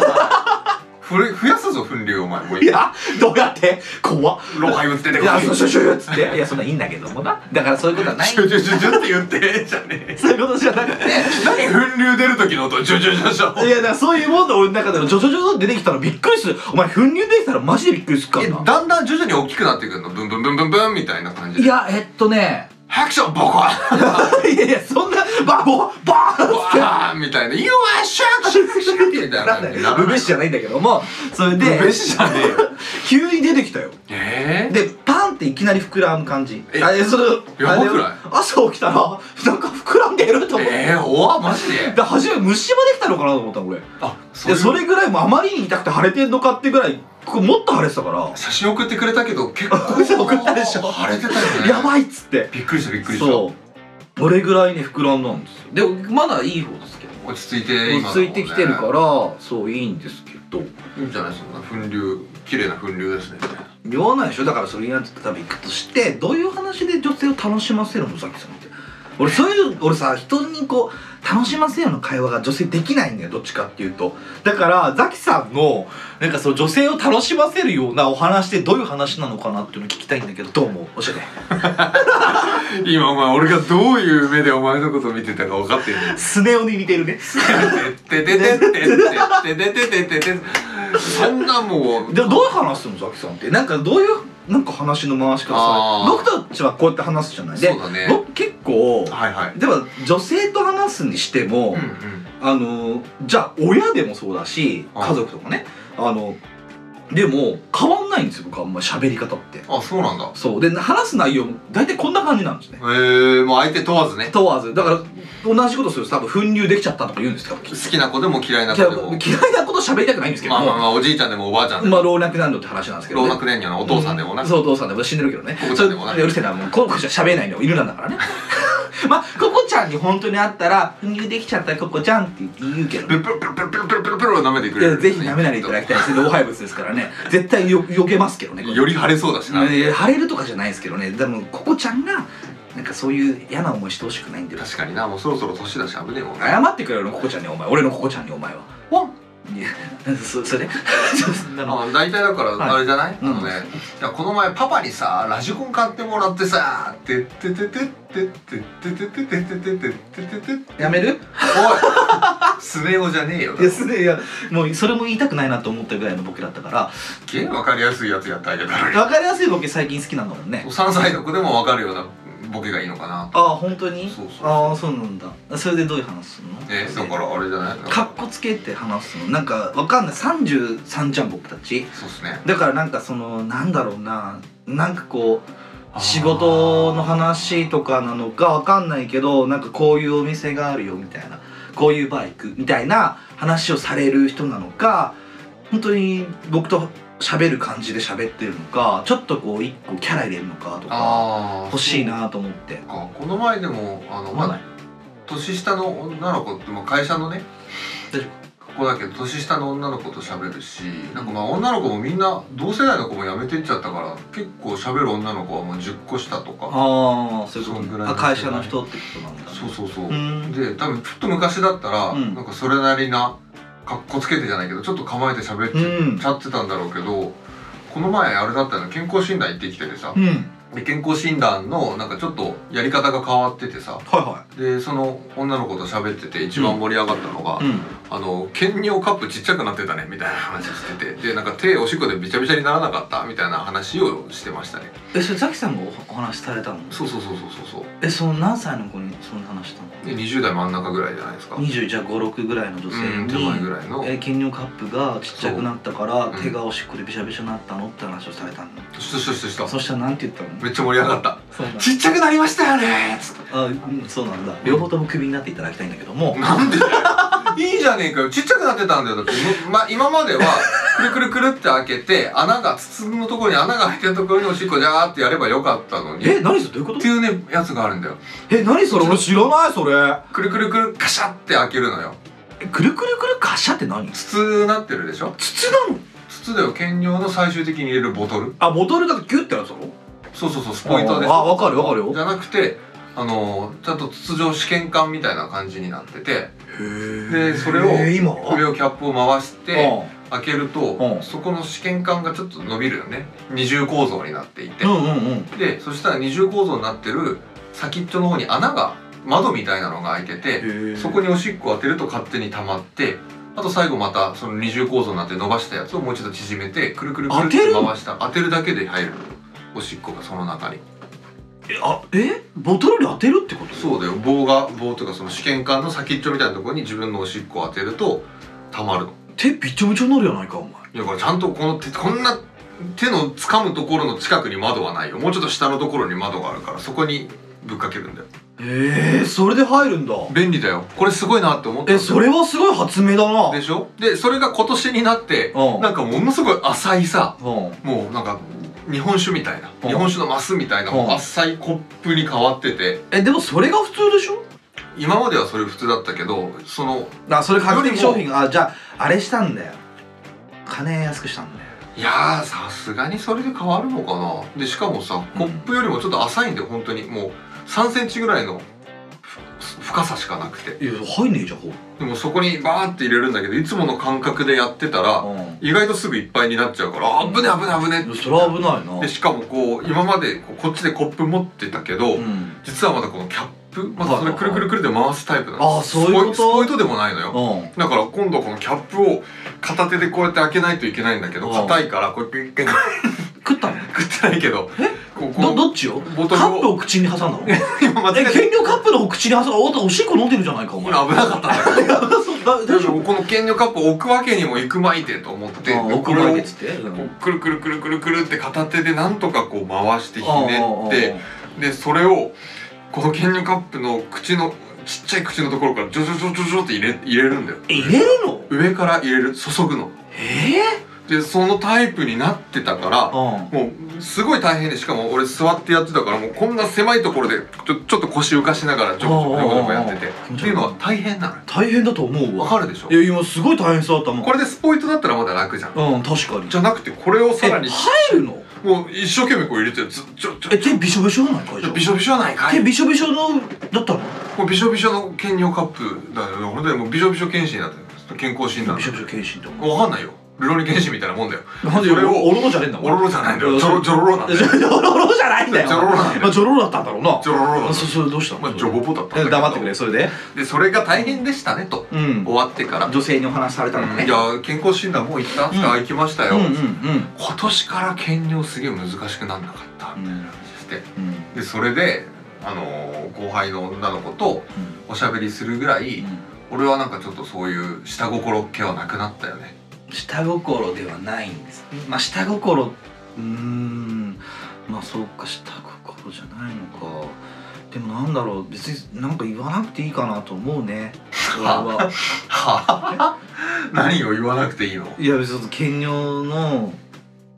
ふれ増やすぞ粉流お前もういやどうやって怖っ老廃物出てこいや、いシュシュシュっつって。いや、そんなんいいんだけどもな。だからそういうことはない。ジュジュジュジュって言ってじゃねえそういうことじゃなくて。何粉流出る時の音ジュジュジュジいュや、だからそういうもんだ、俺の中での、ジョジョジョジョ出てきたのびっくりする。お前、粉乳出てきたらマジでびっくりするかえらな。だんだん徐々に大きくなってくるのブンブンブンブンブンみたいな感じいでや、えっとね。ハクションボコッ いやいや、そんな、バボバーンわーみたいな「You are shock shock shock」みたいななん感じだになよ。るブベシじゃないんだけども、それで、ブベシじゃねえよ急に出てきたよ。えーで、パンっていきなり膨らむ感じ。えあれ、それ、やばくないあれ朝起きたら、なんか膨らんでると思って。えーおわマジでで初め虫歯できたのかなと思ったの俺あそでれそれぐらいもうあまりに痛くて腫れてんのかってぐらいこうもっと腫れてたから写真送ってくれたけど結構送ったでし ょ腫れてたよねやばいいっつってびっくりしたびっくりしたそうどれぐらいね膨らんだんですよでもまだいい方ですけど落ち着いて落今のもねち着いてきてるからそういいんですけどいいんじゃないそんな粉流綺麗な粉流ですね言わないでしょだからそれになって多分行くとしてどういう話で女性を楽しませるのさっきさんって俺そういう俺さ人にこう楽しませるような会話が女性できないんだよどっちかっていうとだからザキさんのなんかその女性を楽しませるようなお話でどういう話なのかなっていうのを聞きたいんだけどどう思う教えて今お前俺がどういう目でお前のこと見てたか分かってるスネ夫に似てるねててててててててててそんなもうでどういう話するのザキさんってなんかどういうなんか話の回し方あさー僕たちはこうやって話すじゃないでそうだね僕結構はいはいでは女性と話すにしても、うんうんあのじゃあ親でもそうだしあ家族とかねあのでも変わんないんですよ僕あんまり喋り方ってあそうなんだそうで話す内容も大体こんな感じなんですねえー、もう相手問わずね問わずだから同じことすると多分粉乳できちゃったとか言うんですか好きな子でも嫌いな子嫌いでもなこと喋りたくないんですけどまあも、まあまあおじいちゃんでもおばあちゃんでまあも老若男女って話なんですけど、老ね、若男女のお父さんでもなそうお父さんでも死んでるけどねココちゃんでもなそれうるせえなもうココちゃん喋れないの犬なんだからね まあココちゃんに本当に会ったら「粉乳できちゃったココちゃん」って言うけどねペロペロペロペロペロペロペロ舐めてくいれやるぜひ舐めないでいただきたいです老廃物ですから ね絶対よ避けますけどねこれより腫れそうだしなね腫れるとかじゃないですけどねでもココちゃんがなんかそういう嫌な思いしてほしくないんで確かになもうそろそろ年だし危ねえもんね謝ってくれるのココちゃんにお前俺のココちゃんにお前はわんいやそそれ そんなのあ大体だからはいあれじゃない、うんあのねいやこの前パパにさラジコン買ってもらってさ「てってててってってててててててててててやめるおいスネ夫じゃねえよですねいやもうそれも言いたくないなと思ったぐらいのボケだったからげえ分かりやすいやつやってあげたらいい分かりやすいボケ最近好きなんだもんね3歳の子でも分かるようなボケがいいのかなああ本当にそうそうそうああそうなんだそれでどういう話するのえだからあれじゃないかっこつけて話すのなんかわかんない33じゃん僕たちそうっすねだからなんかそのなんだろうななんかこう仕事の話とかなのかわかんないけどなんかこういうお店があるよみたいなこういうバイクみたいな話をされる人なのか本当に僕と喋る感じで喋ってるのかちょっとこう一個キャラ入れるのかとかああ欲しいなと思ってかこの前でもあの、思わなまあい、年下の女の子って、まあ、会社のね大丈ここだけど年下の女の子と喋るしなんかまあ女の子もみんな同世代の子も辞めてっちゃったから結構喋る女の子はもう10個下とかああそういうこそんぐとらねいのあ会社の人ってことなんだそうそうそう、うんで多分ちょっと昔だったら、うんなんかそれなりなかっこつけてじゃないけどちょっと構えて喋っうんちゃってたんだろうけど、この前あれだったの健康診断行ってきててさ、うんで健康診断のなんかちょっとやり方が変わっててさはでその女の子と喋ってて一番盛り上がったのが、うんあの検尿カップちっちゃくなってたねみたいな話しててでなんか手おしっこでびちゃびちゃにならなかったみたいな話をしてましたねえそれザキさんがおお話しされたのそうそうそうそうそうそうえその何歳の子にそんな話したので20代真ん中ぐらいじゃないですかうん20じゃあ56ぐらいの女性に、手前ぐらいのえ金カップがちっちゃくなったから、そううん手がおしっこでびしゃびしゃになったのって話をされたの、したしたしたしたそしたらなんて言ったのめっちゃ盛り上がったそうなんだちっちゃくなりましたよねつってあうんそうなんだ両方ともクビになっていただきたいんだけどもなんでだ よいいじゃねえかよちっちゃくなってたんだよだって、むま、今まではくるくるくるって開けて穴が筒のところに穴が開いてるところにおしっこジャーってやればよかったのにえ何それどういうこっとていうねやつがあるんだよえ何それ俺知らないそれくるくるくるカシャって開けるのよえくるくるくるカシャって何筒なってるでしょ筒なの筒だよ兼用の最終的に入れるボトルあボトルだとキュッてやつだろそうそうそうスポイトですあ分かる分かるよじゃなくてあのーちゃんと筒状試験管みたいな感じになっててでそれをえー今上をキャップを回してう開けるうとんそこの試験管がちょっと伸びるよね二重構造になっていてんうんうんうんでそしたら二重構造になってる先っちょの方に穴が窓みたいなのが開いててそこにおしっこを当てると勝手に溜まってあと最後またその二重構造になって伸ばしたやつをもう一度縮めてくるくるくるっ当ててる回した当てるだけで入るおしっこがその中にえあえボトルに当てるってことそうだよ棒が棒とかその試験管の先っちょみたいなところに自分のおしっこを当てると溜まるの手びちょびちょになるやないかお前いやこれちゃんとこの手こんな手の掴むところの近くに窓はないよもうちょっと下のところに窓があるからそこにぶっかけるんだよえー、それで入るんだ便利だよこれすごいなって思ったんえだよそれはすごい発明だなでしょでそれが今年になってうんなんかものすごい浅いさうんもうなんか日本酒みたいなうん日本酒のマスみたいなうんもう浅いコップに変わっててえでもそれが普通でしょ今まではそれ普通だったけどそのあそれ確より定も商品あじゃああれしたんだよ金安くしたんだよいやーさすがにそれで変わるのかなでしかもさコップよりもちょっと浅いんで本当にもう3センチぐらいのふ深さしかなくていや入んねえじゃんほでもそこにバーって入れるんだけどいつもの感覚でやってたらう意外とすぐいっぱいになっちゃうからあ危ね危ね危ねってんそれは危ないなでしかもこう今までこうこっちでコップ持ってたけど、うん実はまだこのキャップまだそれくるくるくるで回すタイプなあのあそういうことスポイスポイトでもないのようんだから今度このキャップを片手でこうやって開けないといけないんだけどうん硬いからこれピッピッピッ食ったの食ってないけどこうこどのどっちよボトカルップをを口に挟んだのえ今間違えて減量カップのお口に挟んだおおしっこ飲んでるじゃないかお危前なかったんだけど大で丈夫もこの兼用カップを置くわけにもいくまいてと思ってあで奥これまをでっつってうんこうくるくるくるくるくるって片手でなんとかこう回してひねってあでそれをこの牛乳カップの口のちっちゃい口のところからジョジョジョジョジョって入れ入れるんだよあああえ入れるの上から入れる注ぐのえでそのタイプになってたかえらもうすごい大変でしかも俺座ってやってたからもうこんな狭いところでちょちょっと腰浮かしながらジョコジョコジョコジョコやっててああああっていうのは大変なのよ大変だと思うわわかるでしょいや今すごい大変そうだったもんこれでスポイトだったらまだ楽じゃんうん確かにじゃなくてこれをえさら入にるのもう一生懸命こう入れてずちょちょえ手びしょびしょじゃないかじゃあびしょびしょやないかい手びしょびしょのだったのもうびしょびしょの兼用カップだよね俺でもうびしょびしょ検診だったよ健康診断びしょびしょ検診ってわかんないよルロニ検診みたいなもんだよなんでそれをオロロじゃねえんだオロロじゃないんだよジョ ロジョロロなんだジよョロロじゃないんだよジョロロなんだよまあジョロロだったんだろうなジョロロなんだあよそそれどうしたのまあジョボボだったんだけえど黙ってくれそれででそれが大変でしたねとうん終わってから女性にお話しされたのうんねいや健康診断もう行ったんすかうん行きましたうよんうんうん今年から検尿すげえ難しくなんなかったみたいな話してうんでそれであのー後輩の女の子とおしゃべりするぐらい俺はなんかちょっとそういう下心っ気はなくなったよね下心ではないんですまあ下心うーんまあそうか下心じゃないのかでもなんだろう別になんか言わなくていいかなと思うね俺 ははぁ 何を言わなくていいのいや別に兼用の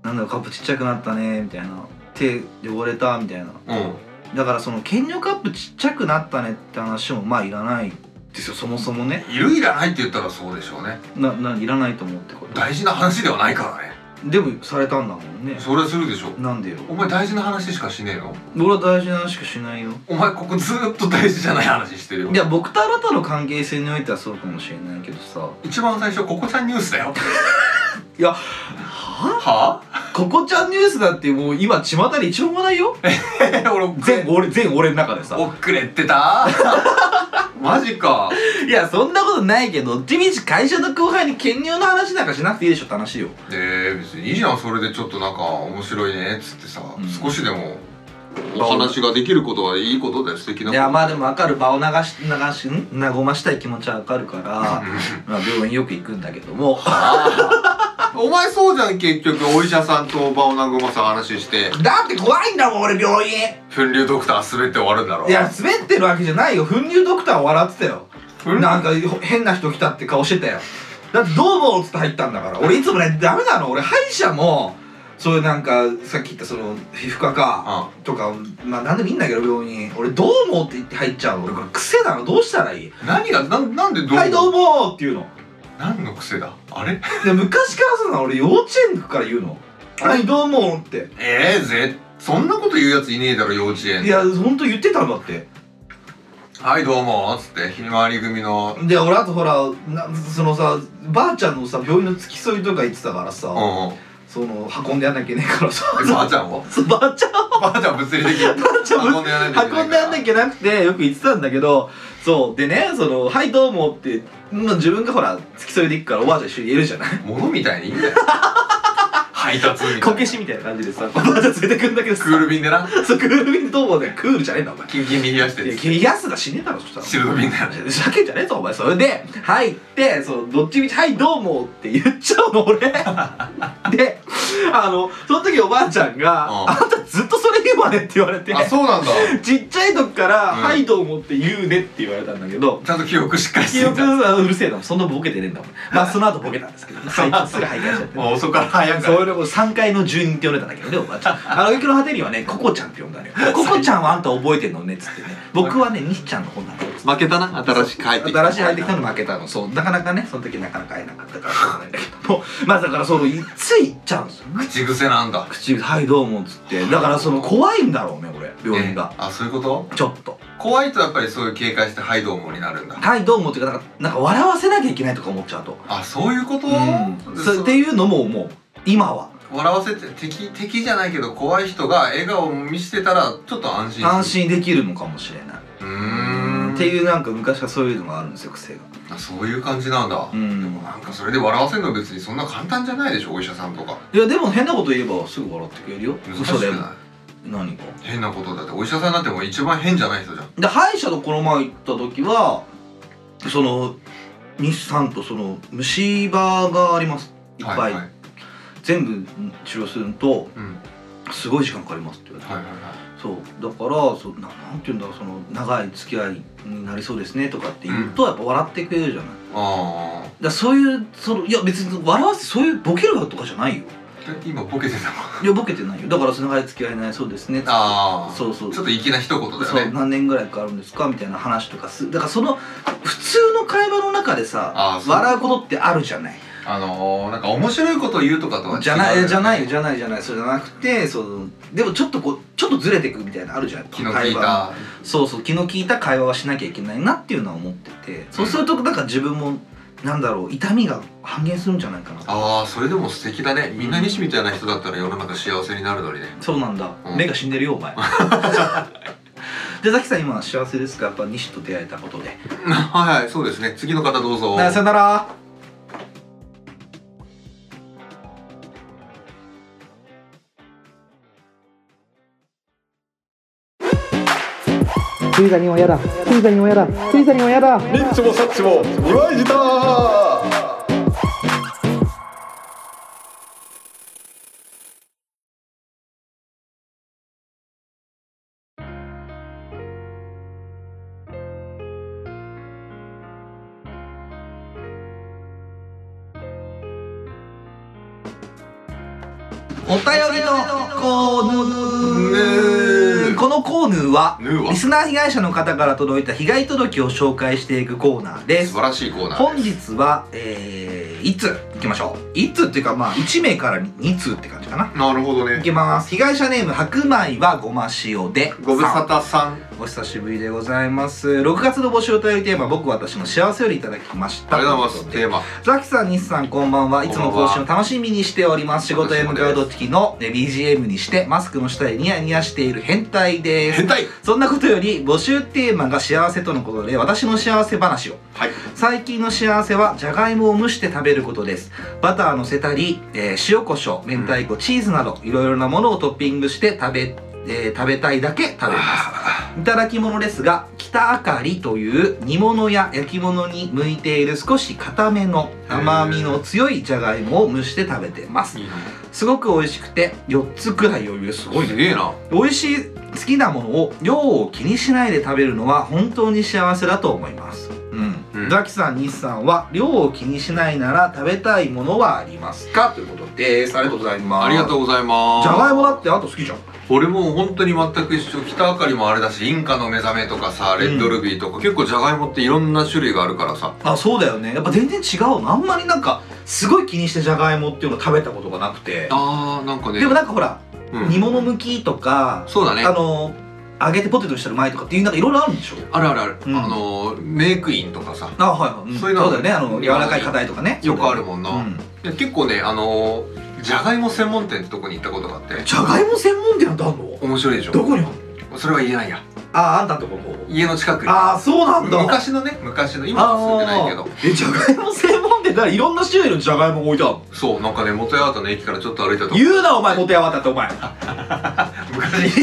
なんだろうカップちっちゃくなったねみたいな手汚れたみたいなうんだからその兼用カップちっちゃくなったねって話もまあいらないですよそもそもねいるいらないって言ったらそうでしょうねなないらないと思うってこと大事な話ではないからねでもされたんだもんねそれはするでしょなんでよお前大事な話しかしねえの俺は大事な話しかしないよお前ここずーっと大事じゃない話してるよいや僕とあなたの関係性においてはそうかもしれないけどさ 一番最初ここちゃんニュースだよいやはぁココちゃんニュースだってもう今巷で一番話題よ俺全俺全俺の中でさ遅れてたマジかいやそんなことないけど地道会社の後輩に兼入の話なんかしなくていいでしょって話よで別にいいじゃんそれでちょっとなんか面白いねっつってさ、うん少しでもお話ができることはいいことだよ素敵なこといやまあでも分かる場を流し流しん和ましたい気持ちは分かる からまあ病院よく行くんだけどもあ ーお前そうじゃん結局お医者さんと場を和まさ話して だって怖いんだもん俺病院粉流ドクター滑って終わるんだろいや滑ってるわけじゃないよ粉乳ドクターは笑ってたようんなんか変な人来たって顔してたよだってどうもっつって入ったんだから俺いつもねダメなの俺歯医者もそういうなんかさっき言ったその皮膚科かあとかまあ何でもいいんだけど病院俺どうもって言って入っちゃうの俺これ癖なのどうしたらいい何がなんなんでどうはいどうもっていうの何の癖だあれで昔からそうなの俺幼稚園の時から言うのはいどうもってええぜそんなこと言うやついねえだろ幼稚園いやほんと言ってたんだってはいどうもっつってひまわり組ので俺あとほらなそのさばあちゃんのさ病院の付き添いとか言ってたからさ、うんうんその運んでやんなきゃいけないからさえばあちゃんをそうばあちゃんばあちゃん物理的にちゃん運んでやらないといけない運んでやんなきゃなくてよく言ってたんだけどそうでねその「はいどうも」って、まあ、自分がほら付き添いで行くからおばあちゃん一緒にいるじゃない物みたいにいいんだよ配達みたこいなけしみたいな感じでさおばあちゃん連れてくんだけどさクール便でなそうクールビンどうもねクールじゃねえんだお前キンキンに冷やしていや冷やすな死ねえだろそしたらシルド便だよふざけんじゃねえぞお前それで入ってそのどっちみち「はいどうも」って言っちゃうの俺であのその時おばあちゃんが「うんあんたずっとそれ言うわね」って言われてあそうなんだちっちゃい時から「うんはいどうも」って言うねって言われたんだけどちゃんと記憶しっかり記してん憶じゃんはうるせえなそんなボケてねえんだもんまあその後ボケたんですけど はいすぐ徘徊しちゃってもう遅から早そかれらでも3階の住人って呼んでたんだけどねおばあちゃ んあの雪の果てにはねココちゃんって呼んだ のよココちゃんはあんた覚えてんのねっつってね僕はねニッちゃんの方なんだよ負けたな新しく帰ってきた新しい入ってきたの負けたのそうなかなかねその時なかなか会えなかったからしょうがないんだけど もうまあだからそのいつい行っちゃうんですよ口癖なんだ口「はいどうも」っつってだからその怖いんだろうね俺病院がね、あそういうことちょっと怖いとやっぱりそういう警戒してハイドームになる「んだはいどうも」っていうかなんかなんか笑わせなきゃいけないとか思っちゃうとあそういうこと、うんそそうっていうのももう今は笑わせて敵敵じゃないけど怖い人が笑顔を見せてたらちょっと安心安心できるのかもしれないうーんっていうなんか昔からそういうのがあるんですよ癖があそういう感じなんだ、うんでもなんかそれで笑わせるの別にそんな簡単じゃないでしょお医者さんとかいやでも変なこと言えばすぐ笑ってくれるよ難しそくれな何がい変なことだってお医者さんなんてもう一番変じゃない人じゃんで歯医者とこの前行った時はその西さんとその虫歯がありますいっぱい、はいはい全部治療するとうんすごい時間かかりますって言われて、はいはいはいそうだからそうななんて言うんだろうその長い付き合いになりそうですねとかって言うとやっぱ笑ってくれるじゃない、だかああらそういうそのいや別に笑わせてそういうボケるとかじゃないよ今ボケてたもいんやボケてないよだからその長い付き合いになりそうですねってああそうそうちょっと粋な一言だよそうね何年ぐらいかかるんですかみたいな話とかすだからその普通の会話の中であさーそう笑うことってあるじゃないあのー、なんか面白いことを言うとかとは違うじゃないじゃないよよじゃないじゃないそれじゃなくてそのでもちょっとこうちょっとずれていくみたいなのあるじゃない気の利い会話たそうそう気の利いた会話はしなきゃいけないなっていうのは思っててそうするとなんか自分もなんだろう痛みが半減するんじゃないかなああそれでも素敵だねみんな西みたいな人だったら世の中幸せになるのにねそうなんだ、うん目が死んでるよお前 でザキさん今は幸せですかやっぱ西と出会えたことで はいはいそうですね次の方どうぞなさよなら水谷親だ水谷親だ水谷親だニッチもサッチも二枚舌お便りのコーヌヌーーこのコーヌーはヌーはリスナー被害者の方から届いた被害届を紹介していくコーナーで素す晴らしいコーナー本日は、えー、いついきましょう1通っていうかまあ1名から2通って感じかななるほどいねきます被害者ネーム白米はごま塩でご無沙汰さんお久しぶりでございます6月の募集というテーマ僕私の幸せよりいただきましたありがとうございますテーマザキさん、西さん、こんばんは。いつも更新を楽しみにしております。仕事へ向かう時のえ BGM にして、マスクの下でニヤニヤしている変態です。 変態そんなことより、募集テーマが幸せとのことで、私の幸せ話を。はい最近の幸せは、じゃがいもを蒸して食べることです。バターのせたり、えー塩コショウ、明太子、チーズなど、いろいろなものをトッピングして食べ、えー食べたいだけ食べます。いただき物ですが北あかりという煮物や焼き物に向いている少し固めの甘みの強いじゃがいもを蒸して食べてますいいねすごく美味しくて4つくらい余裕ですごいすねげえな美味しい好きなものを量を気にしないで食べるのは本当に幸せだと思いますううんん、ザキさん、西さんは量を気にしないなら食べたいものはありますかということです。ありがとうございます。ありがとうう。ございますじゃがいもだってあと好きじゃん。俺も本当に全く一緒北あかりもあれだしインカの目覚めとかさレッドルビーとか、結構じゃがいもっていろんな種類があるからさあそうだよねやっぱ全然違うのあんまりなんかすごい気にしてじゃがいもっていうのを食べたことがなくてあーなんかねでもなんかほら、うん煮物向きとか、そうだねあの揚げてポテトにしたらうまいとかっていうなんかいろいろあるんでしょあるあるある、うんあのメイクインとかさあはい、うんそういうのはそうだよねあの柔らかい硬いとかねよくあるももんんな、で結構ねあのじゃがいも専門店ってとこに行ったことがあってじゃがいも専門店なんてあんの面白いでしょどこにあんのそれは言えないやああんたんとこも家の近くにああそうなんだ昔のね昔の今は住んでないけどえじゃがいも専門店ならいろんな種類のじゃがいもが置いてあるのそうなんかね元八幡の駅からちょっと歩いたとこ言うなお前元山だってお 前昔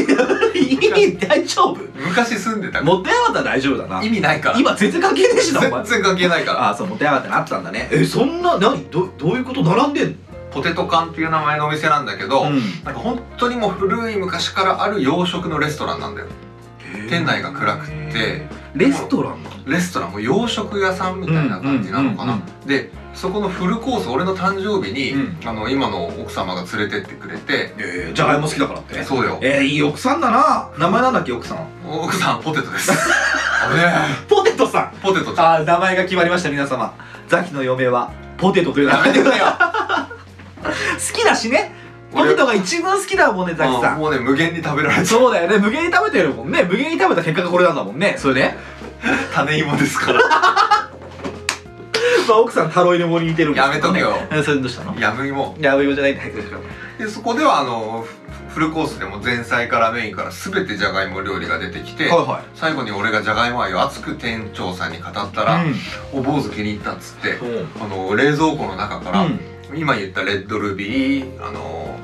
いい大丈夫昔住んでた元山だ大丈夫だな意味ないから今全然関係ねえしなお前全然関係ないからああそう持てやがってなったんだねえそんな何どどういうこと並んでんのポテト缶っていう名前のお店なんだけど、なんか本当にもう古い昔からある洋食のレストランなんだよ店内が暗くってレストランなのレストランも洋食屋さんみたいな感じなのかうな、んうんでそこのフルコース俺の誕生日に、うあの今の奥様が連れてってくれてえー、じゃがいも好きだからってそうよえー、いい奥さんだな名前なんだっけ奥さん奥さんポテトです あポテトさんれポテトちゃんああ名前が決まりました皆様ザキの嫁はポテトという名や前めで好てく れよきだしねポテトが一番好きだもんねザキ俺さうんんもうね無限に食べられちゃうそうだよね無限に食べてるもんね無限に食べた結果がこれなんだもんねそれね種芋です からまあ奥さんタロイの森に似てるもんやめとけよえそれどうしたのやむ芋やべよじゃないんだけどでそこではあのフフルコースでも前菜からメインから全てじゃがいも料理が出てきて、は最後に俺がじゃがいも愛を熱く店長さんに語ったらうん「お坊主気に入った」っつっていうんあの冷蔵庫の中から、うん今言ったレッドルビーあの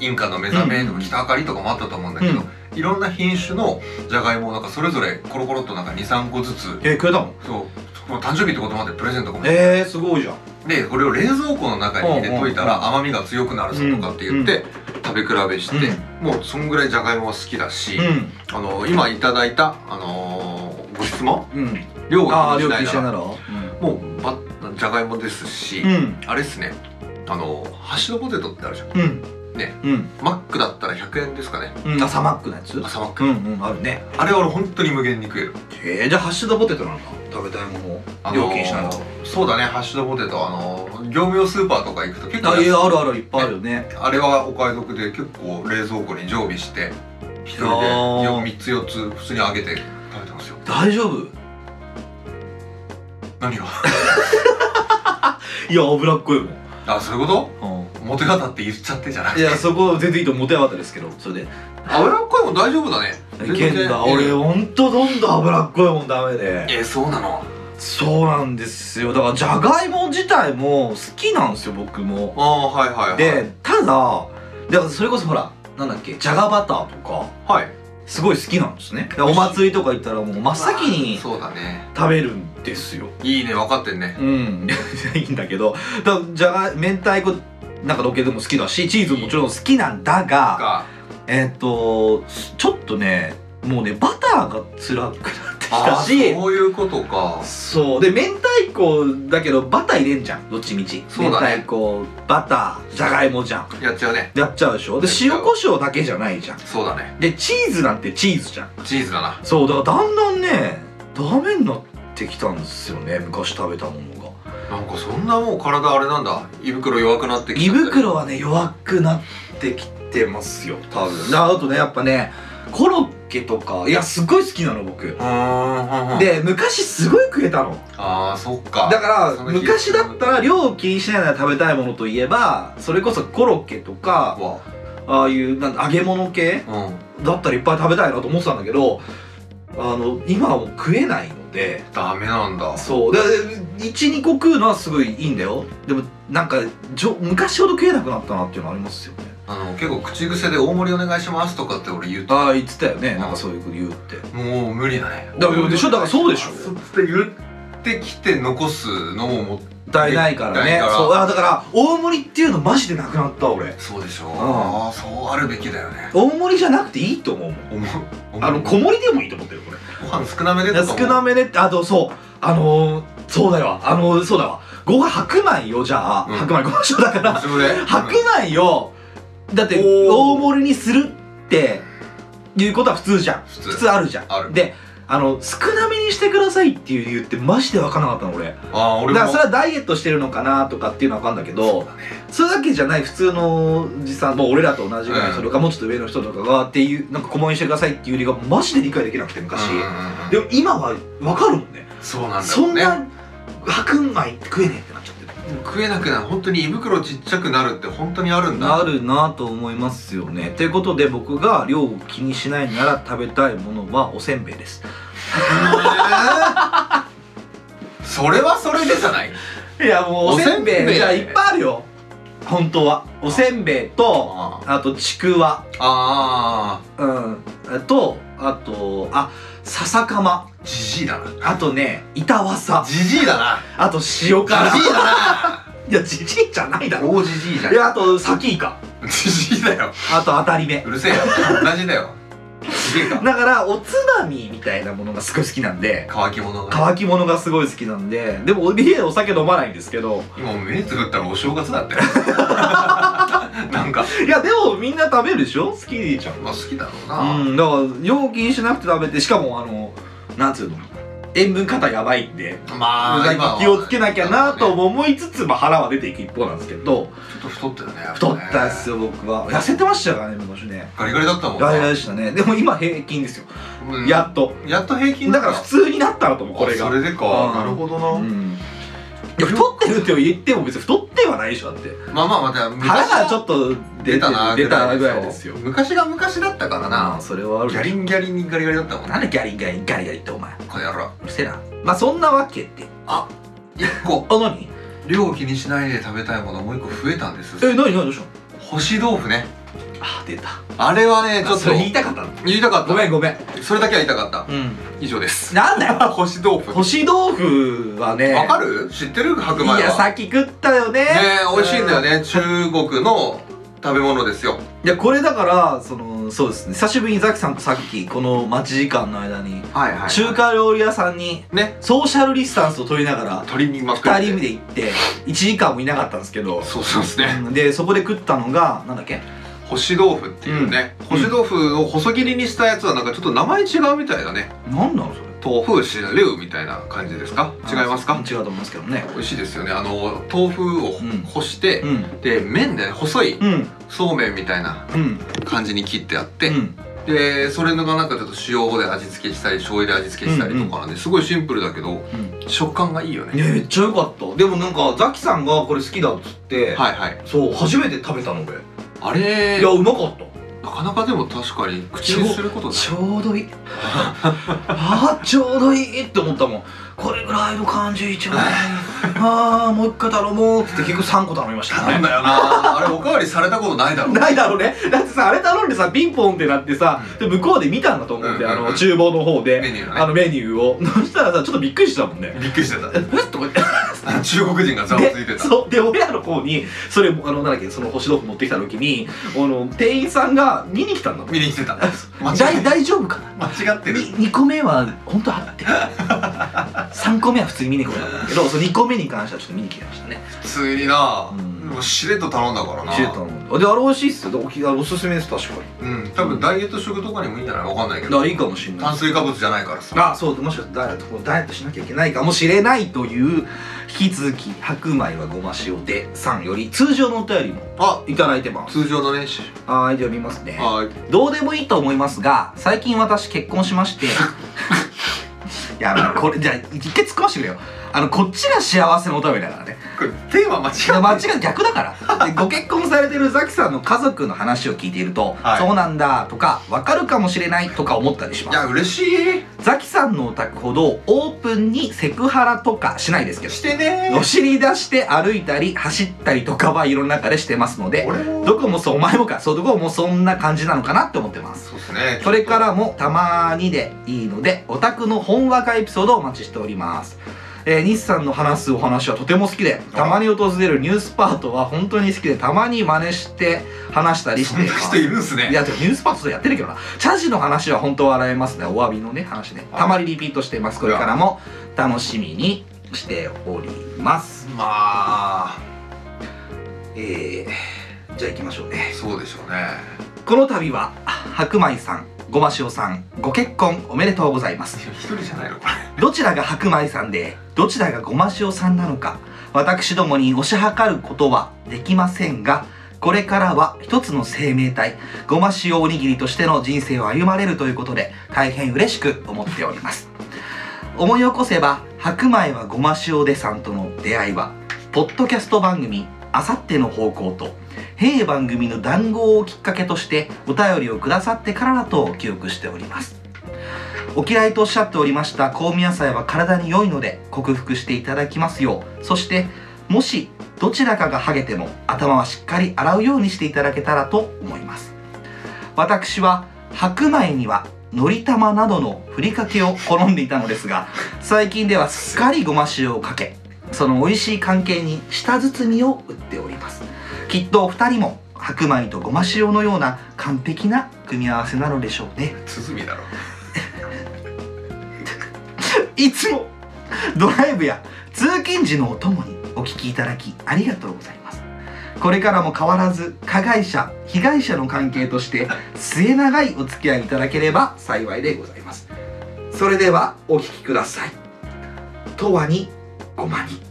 インカの目覚めとか、うん北あかりとかもあったと思うんだけど、いろんな品種のじゃがいもをなんかそれぞれコロコロっとなんか23個ずつえー、くれたのそうもう誕生日ってこともあってプレゼントかも、えー、すごいじゃんでこれを冷蔵庫の中に入れといたうんら甘みが強くなるぞとかって言って、食べ比べして、もうそんぐらいじゃがいもは好きだし、うんあの今いただいた、あのーご質問うん、量ああが気料金しにしないなてらならもうばじゃがいもですし、うんあれっすねあのハッシュドポテトってあるじゃんうんねうんマックだったら100円ですかねうん朝マックのやつ朝マックうんうんあるねあれは俺本当に無限に食えるえー、じゃあハッシュドポテトなんだ食べたいものをあのー料金しながらそうだねハッシュドポテトあの業務用スーパーとか行くと結構あい安いやあるあるいっぱいあるよねあれはお買い得で結構冷蔵庫に常備して一人あでーよ3つ4つ普通に揚げて食べてますよ大丈夫何がいや脂っこいもんあそういうこうんとモテ方って言っちゃってじゃなくいてやそこ全然いいと思ってなかったですけどそれで油っこいもん大丈夫だねいけんだ俺をほんとどんどん脂っこいもんダメでえそうなのそうなんですよだからじゃがいも自体も好きなんですよ僕もああはいはいはいでただだからそれこそほらなんだっけじゃがバターとかはいすごい好きなんですねだからお祭りとか行ったらもう真っ先にそうだね食べるんですよいいね分かってんねうんいいんだけどだからじゃが明太子なんかロケでも好きだしチーズももちろん好きなんだがかえっ、とちょっとねもうねバターが辛くなってきたあしーそういうことかそうで明太子だけどバター入れんじゃんどっちみち、そう明だね太子バターじゃがいもじゃんやっちゃうねやっちゃうでしょでやっち塩ゃうコショウだけじゃないじゃんそうだねでチーズなんてチーズじゃんチーズだなそうだからだんだんねダメになってきたんですよね昔食べたものがあなんかそんなもう体あれなんだ胃袋弱くなってき胃ちゃったり袋はね弱くなってきてますよ多分なあとねやっぱねコロッケとかいやすごい好きなの僕うーんうんうんで昔すごい食えたのああそっかだかそらの日昔だったら量を気にしないなら食べたいものといえばそれこそコロッケとかはああいうなん揚げ物系うんだったらいっぱい食べたいなと思ってたんだけどあの今はもう食えないのでダメなんだそうで12個食うのはすごいいいんだよでもなんかじょ昔ほど食えなくなったなっていうのありますよねあの結構口癖で「大盛りお願いします」とかって俺言うとああ言ってたよねなんかそういうこと言うってもう無理だねだからでしょだからそうでしょつって言ってきて残すのももっ歌えないからないねからそうあだから大盛りっていうのマジでなくなった俺そうでしょあああそうあるべきだよね大盛りじゃなくていいと思うもん思うあの小ご盛りでもいいと思ってるこれ飯少なめでとかも少なめねってあとそうあのー、そうだよあのー、そうだわご飯白米よじゃあ、うん白米ご飯だからそれ白米をだっておー大盛りにするっていうことは普通じゃん普通普通あるじゃんあるであの少なめにしてくださいっていう理由ってマジで分からなかったの俺ああ俺だかもらそれはダイエットしてるのかなとかっていうのは分かるんだけどそれだけじゃない普通のおじさんもう俺らと同じぐらいうんそれかもうちょっと上の人とかがっていうなんか小盛りにしてくださいっていう理由がマジで理解できなくて昔、うんうんうんでも今は分かるもんねそうなんだよねそんな白米食えねえってなっちゃってる食えなくなる本当に胃袋ちっちゃくなるって本当にあるんだなるなと思いますよねということで僕が量を気にしないなら食べたいものはおせんべいです それはそれでじゃないいやもうおせんべいおせんべいじゃあいっぱいあるよ本当はおせんべいとああとちくわあうん、とあとあ笹かまじじいだなあとね板わさじじいだなあと塩辛じじいだ いやじじいじゃないだなろ大じじいじゃんいやあとサキイカじじいだよあと当たり目うるせえよ同じだよすげえかだからおつまみみたいなものがすごい好きなんで乾き物が乾き物がすごい好きなんででも家でお酒飲まないんですけど今目つぶったらお正月 だったよなんかいやでもみんな食べるでしょ好きじゃんまあ好きだろうな、うんだから容器にしなくて食べてしかもあのなんつうの塩分過多やばいんでまあなん今かは気をつけなきゃなとも思いつつ、まあ、腹は出ていく一方なんですけどちょっと太ったよねやぱね太ったんすよ僕は痩せてましたからね昔ねガリガリだったもんなガリガリでしたねでも今平均ですよ、うんやっとやっと平均だから普通になったらと思うこれあがそれでか、うんなるほどな、うんいや太ってるって言っても別に太ってはないでしょだってまあまあまた腹がちょっと出て出たな出たぐらいですよ昔が昔だったからまなあ、それはあるギャリンギャリンにガリガリだったもんなねんでギャリンギャリンガリガリってお前この野郎うるせえなまあそんなわけで一個あ何量を気にしないで食べたいものもう一個増えたんですえ何何どうしたの干し豆腐ねあ出たあれはねちょっそとれ言いたかったの言いたかったごめんごめんそれだけは言いたかったうん以上ですなんだ よ干し豆腐干し豆腐はねわかる知ってる白米はいやさっき食ったよねねね美味しいんだよね中国の食べ物ですよいやこれだからそのそうですね久しぶりにザキさんとさっきこの待ち時間の間にはいは中華料理屋さんにねソーシャルディスタンスを取りなが鶏にまくら2人で行って1時間もいなかったんですけどそうそうですねうんでそこで食ったのがなんだっけ干し豆腐っていうね、干し豆腐を細切りにしたやつはなんかちょっと名前違うみたいだねなんなのそれ豆腐しれうみたいな感じですか違いますあか違うと思いますけどね美味しいですよねあの豆腐をうん干して、うんで麺でね細いうんそうめんみたいなうん感じに切ってあって、うんでそれのがなんかちょっと塩で味付けしたり醤油で味付けしたりとかなんで、すごいシンプルだけど、食感がいいよいねやめっちゃ良かったでもなんかザキさんがこれ好きだっつって、はいはいそう初めて食べたの俺あれいやうまかったなかなかでも確かに口にすることないちょうどいいああちょうどいいって思ったもんこれぐらいの感じ一番いいああもう一回頼もうっつって結局3個頼みましたなんねだよな あれおかわりされたことないだろ ないだろうねだってさあれ頼んでさピンポンってなってさで向こうで見たんだと思うんで、うんうんうんあの厨房の方でメニューのねあのメニューをそしたらさちょっとびっくりしたもんねびっくりしてえっと思ってた中国人がざわついてでたそうで親の方にそれあのなんだっけその星豆腐持ってきた時にあの店員さんが見に来たんだもん見に来てた間違大って大丈夫かな間違ってるに2個目は本当あって3個目は普通に見に来なかったんだけどその2個目に関してはちょっと見に来ましたね普通にな、うんもうしれっと頼んだからな知れたのであれ美味しいっすよおきあれおすすめです確かうん多分ダイエット食とかにもいいんじゃないわかんないけにどだいいかもしれない炭水化物じゃないからさあそうもしかしたらダイエットダイエットしなきゃいけないかもしれないという引き続き白米はごま塩でさんより通常のお便りもあいただいてます通常のねしはーいじゃあ見ますねはいどうでもいいと思いますが最近私結婚しま していやあのこれじゃあ一回突っ込ましてくれよあのこっちが幸せのお便りだ からねこれテーマ間違っいてや間違い逆だからでご結婚されてるザキさんの家族の話を聞いていると、はいそうなんだとか分かるかもしれないとか思ったりしまいすや嬉しいザキさんのお宅ほどオープンにセクハラとかしないですけどしてねお尻出して歩いたり走ったりとかは家の中でしてますので俺もどこもそうお前もかそうどこもそんな感じなのかなって思ってますそうですねそれからもたまにでいいのでオタクの本話かエピソードをお待ちしております、えー、西さんの話すお話はとても好きでたまに訪れるニュースパートは本当に好きでたまに真似して話したりしそてんいなま人すいるんすねいやでもニュースパートでやってるけどなチャジの話は本当笑えますねお詫びのね話ねたまにリピートしてますこれからも楽しみにしておりますまあえー、じゃあ行きましょうねそうでしょうねこの度は白米さんごま塩さんご結婚おめでとうございますいや一人じゃないのこ れどちらが白米さんでどちらがごま塩さんなのか私どもに推し量ることはできませんがこれからは一つの生命体ごま塩おにぎりとしての人生を歩まれるということで大変嬉しく思っております思い起こせば白米はごま塩でさんとの出会いはポッドキャスト番組「あさっての方向」と平番組の談合をきっかけとしてお便りをくださってからだと記憶しておりますお嫌いとおっしゃっておりました香味野菜は体に良いので克服していただきますようそしてもしどちらかがハゲても頭はしっかり洗うようにしていただけたらと思います私は白米にはのり玉などのふりかけを好んでいたのですが最近ではすっかりごま塩をかけその美味しい関係に舌包みを打っておりますきっとお二人も白米とごま塩のような完璧な組み合わせなのでしょうね鼓だろいつもドライブや通勤時のお供にお聞きいただきありがとうございますこれからも変わらず加害者被害者の関係として末永いお付き合いいただければ幸いでございますそれではお聞きください「とわにごまに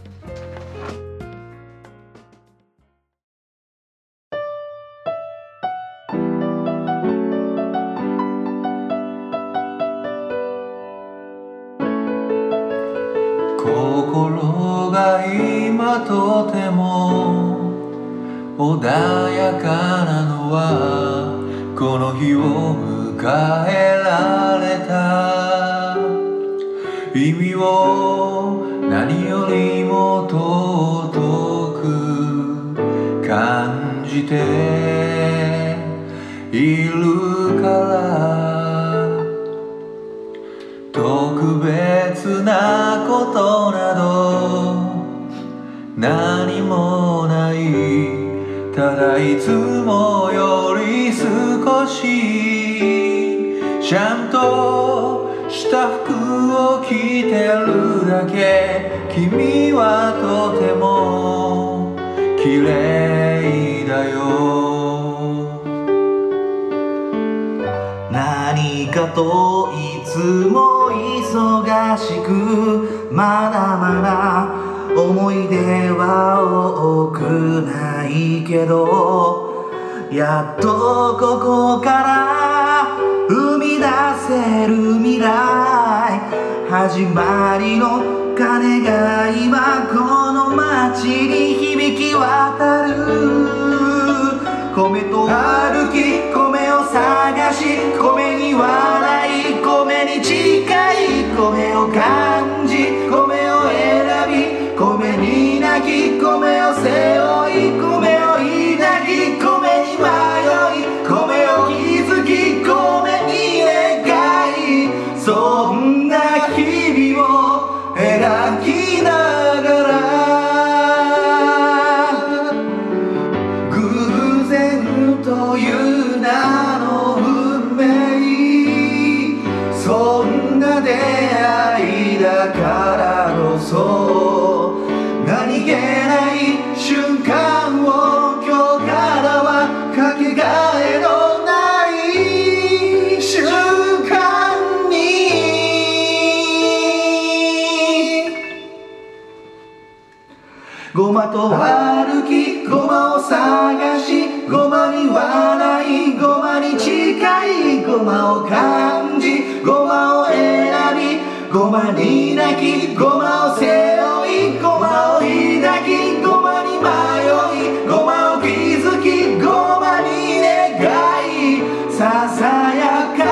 心が今とても穏やかなのはこの日を迎えられた意味を何よりも尊く感じているから特別なことなど何もないただいつもより少しちゃんとした服を着てるだけ君はとても綺麗だよ何かといつも忙しくまだまだ思い出は多くないけどやっとここから生み出せる未来始まりの鐘が今この街に響き渡る米と歩き米を探し米に笑い米に近い米を感じ米を選び米に泣き米を背負い米を抱き米に迷い米を築き米に願いそんな日々を描きながら偶然という名の運命そんな出会いだからこそ何気ないまと歩きごまを探しごまに笑いごまに近いごまを感じごまを選びごまに泣きごまを背負いごまを抱きごまに迷いごまを気づきごまに願いささやか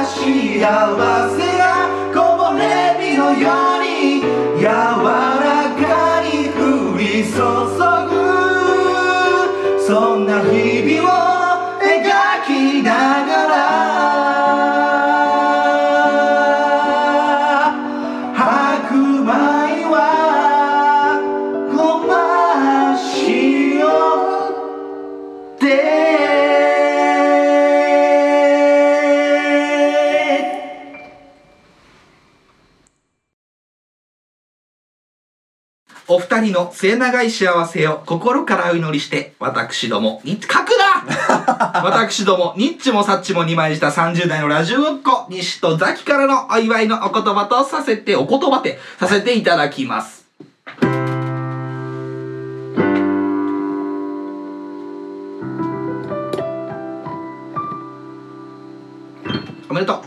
な幸せがこぼれ日のように柔らかに降り注ぐそんな日々を描きながら白米はごま塩でお二人の末永い幸せを心からお祈りして、私どもに、書くな私ども、ニッチもサッチも二枚した30代のラジオごっこ、西とザキからのお祝いのお言葉とさせて、お言葉でさせていただきます。おめでとう。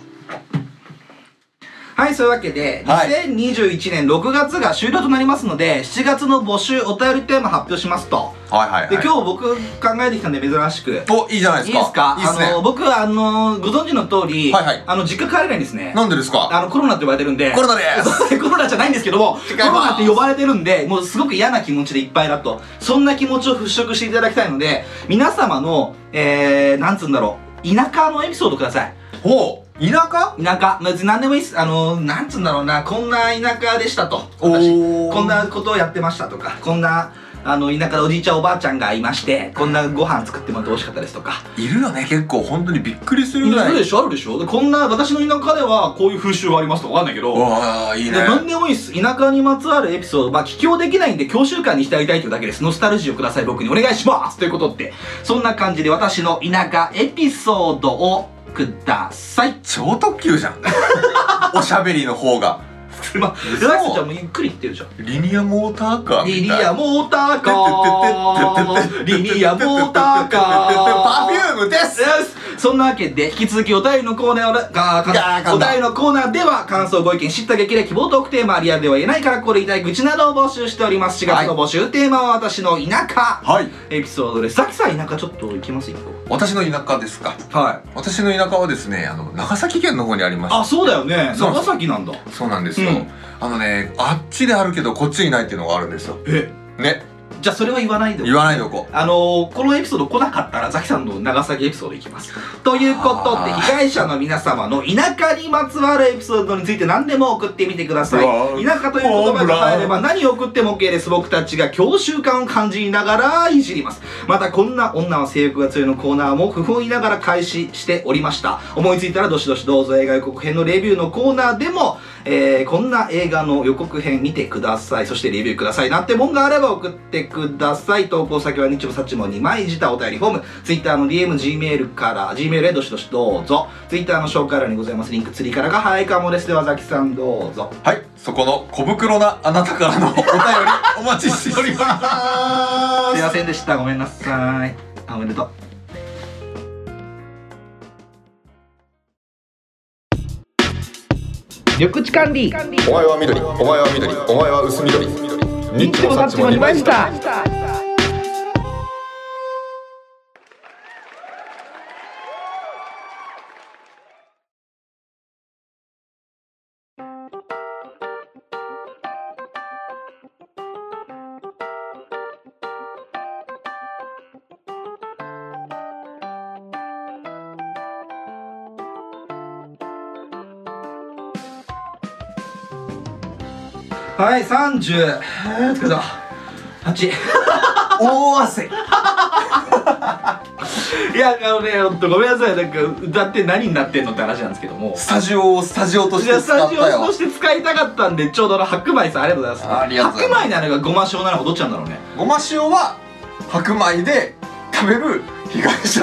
はい、そういうわけで、はい2021年6月が終了となりますので、7月の募集お便りテーマ発表しますと。はいはいはいで、今日僕考えてきたんで珍しく。いいおいいじゃないですかですかいいっすねあの、僕はあの、ご存知の通り、はいはいあの、実家帰れないんですね。なんでですかあの、コロナって言われてるんで。コロナです コロナじゃないんですけども、コ違いますロナって呼ばれてるんで、もうすごく嫌な気持ちでいっぱいだと。そんな気持ちを払拭していただきたいので、皆様の、えー、なんつうんだろう、田舎のエピソードください。ほう田舎田舎、別に何でもいいです。あの、なんつうんだろうな、こんな田舎でしたと。私、おこんなことをやってましたとか、こんな、あの、田舎でおじいちゃんおばあちゃんがいまして、こんなご飯作ってもらって美味しかったですとか。いるよね結構本当にびっくりするぐらいしょあるでしょこんな、私の田舎ではこういう風習がありますとかわかんないけどわあいいねで何でもいいです田舎にまつわるエピソードまあ帰郷できないんで教習会にしてやりたいというだけですノスタルジーをください僕にお願いしますということってそんな感じで私の田舎エピソードをください超特急 じゃんおしゃべりの方がまあ嘘ラスちゃんもゆっくり言ってるじゃんリニアモーターカーみたリいニなアモーターカーリニアモータ ーカー パフュームですですそんなわけで引き続きお便りのコーナーをがガかーかおんだ便りのコーナーでは感想ご意見知った激励希望トークテーマリアルでは言えないからこれ言いたい愚痴などを募集しております4月の募集テーマは私の田舎はいエピソードですさきさん田舎ちょっと行きます一個私の田舎ですかはい私の田舎はですねあの長崎県の方にありましあそうだよねそう長崎なんだたそうなんですよ、うんあのねあっちであるけどこっちにないっていうのがあるんですよえねじゃあそれは言わないで言わないでおこうあのーこのエピソード来なかったらザキさんの長崎エピソードいきます。ということであー被害者の皆様の田舎にまつわるエピソードについて何でも送ってみてくださうわい。ー田舎という言葉が入れば何を送っても OK です。僕たちが教習感を感じながらいじります。またこんな女は性欲が強いのコーナーも不本意ながら開始しておりました。思いついたらどしどしどうぞ映画予告編のレビューのコーナーでも、えーこんな映画の予告編見てください。そしてレビューください。なんてもんがあれば送ってください。投稿先は日もさっちも2枚自たお便りフォーム、Twitter の DM、Gmail から、Gmail へどしどしどうぞ。Twitter の紹介欄にございますリンク、釣りからが早いかもです。では、ザキさんどうぞ。はい、そこの小袋なあなたからのお便りお待ちしており ますすい。ませんでした。ごめんなさい。あおめでとう。緑地管理お前は緑お前は緑お前は薄緑ニッチもサッチも二枚舌はい、30。えー、疲れた。8。大汗。いや、あのね、ほんとごめんなさい。なんか、歌って何になってんのって話なんですけども。スタジオをスタジオとしいやてス使タっジたオとよ。して使いたかったんでちょうどあの白米さんありがとうございますありがとうございます白米なのかごま塩なのかどっちなんだろうねごま塩は白米で食べる被害者。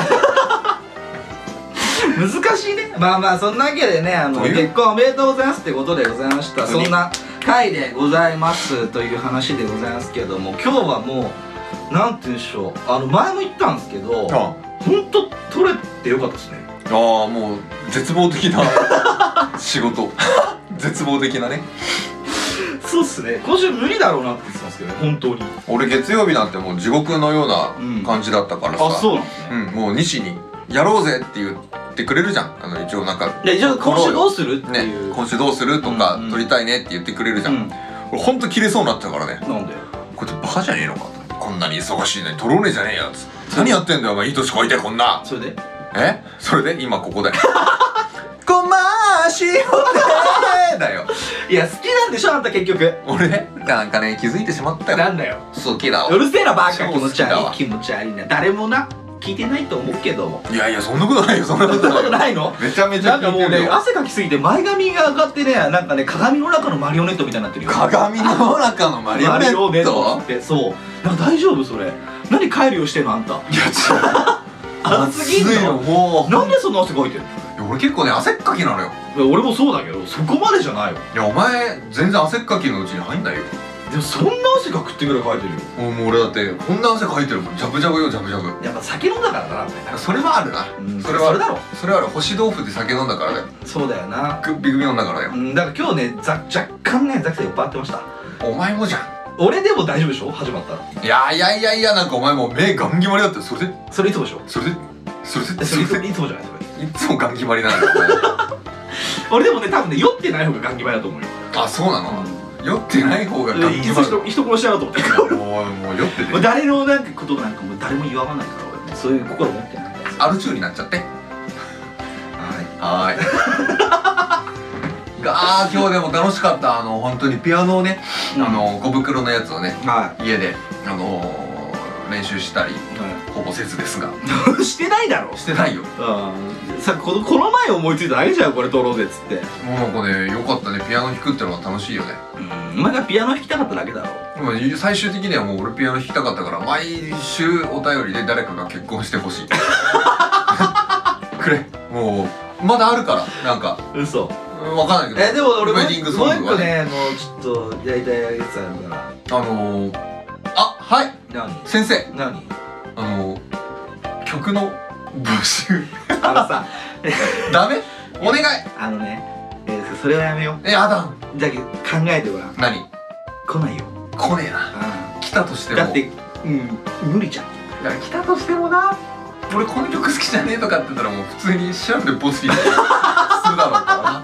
難しいねまあまあそんなわけでねあのどういう結婚おめでとうございますってことでございました本当そにんな回でございますという話でございますけども今日はもうなんて言うんでしょうあの前も言ったんですけどあ本当取れてよかったですねあーもう絶望的な仕事絶望的なねそうっすね今週無理だろうなって言ってたんですけどね本当に俺月曜日なんてもう地獄のようなうん感じだったからさ、うなんですうん、もう西に「やろうぜ!」って言ってくれるじゃんあの一応なんかで一応今週どうするってねいう、今週どうするとか、うんうん撮りたいねって言ってくれるじゃん、うん俺ほんと切れそうになってたからねなんだよこいつバカじゃねえのかとこんなに忙しいのに撮ろうねえじゃねえよつって何やってんだよお前いい年こいてこんなそれでえそれで今 ここだよごまーしよねーだよいや好きなんでしょあんた結局俺なんかね気づいてしまったよんだよ好きだわうるせえなバそカう気持ち好きだわ悪い気持ち悪いな誰もな聞いてないと思うけども いやいやそんなことないよそんなこそん とななこいとよないのめちゃめちゃなんかも聞ういてるねよ汗かきすぎて前髪が上がってねなんかね鏡の中のマリオネットみたいになってるよ鏡の中のマリオネットってそうなんか大丈夫それ何帰るよしてんのあんたいやちょっと暑すぎんの暑いよもなんでそんな汗かいてるういや俺結構ね汗っかきなのよいや俺もそうだけどそこまでじゃないよいやお前全然汗っかきのうちに入んないよでもそんな汗かくってぐらいかいてるよもうもう俺だってこんな汗かいてるもんジャブジャブよジャブジャブやっぱ酒飲んだからだなみたいなそれはあるな、うんそれはあそるれだろそれはある干し豆腐で酒飲んだからだよそうだよなグッビグビ飲んだからだうよんだから今日ねざ若干ねザキさん酔っ払ってましたお前もじゃ俺でも大丈夫でしょ始まったらんいやいやいやいやなんかお前もう目ガン決まりだったよそれでそれいつもでしょそれでそれえでそそれれいつもでいつもじゃないそれいつもガン決まりなんだよお俺でもね多分ね酔ってない方がガンギバだと思うよ前あそうなの、酔ってない方がうガんンい決つまもり人人殺してやろうと思ってもうもう酔って てもう誰のなんかことなんかもう誰も言わないから俺ねそういう心持ってないからアル中になっちゃってはい はーいがー今日でも楽しかったあの本当にピアノをね、あの小袋のやつをねは家であのー練習したりほぼせずですがい してないだろしてないようんさこのこの前思いついただけじゃんこれ撮ろうぜっつってもうなんかねよかったねピアノ弾くってのは楽しいよねうんお前がピアノ弾きたかっただけだろでも最終的にはもう俺ピアノ弾きたかったから毎週お便りで誰かが結婚してほしいくれもうまだあるからなんか嘘うんわかんないけどえでも俺ウもうェディングソンもグう一個はねねあのちょっとやりたいやつあるからあのー、あはい何先生何あのー、曲の 募集あのさダメお願いあのねえーそれはやめよえやだうだけど考えてごらん何来ないよ来ねえな来たとしてもだってうん無理じゃんいや来たとしてもな俺この曲好きじゃねえとかって言ったらもう普通に 調べてポスティーするだろうからな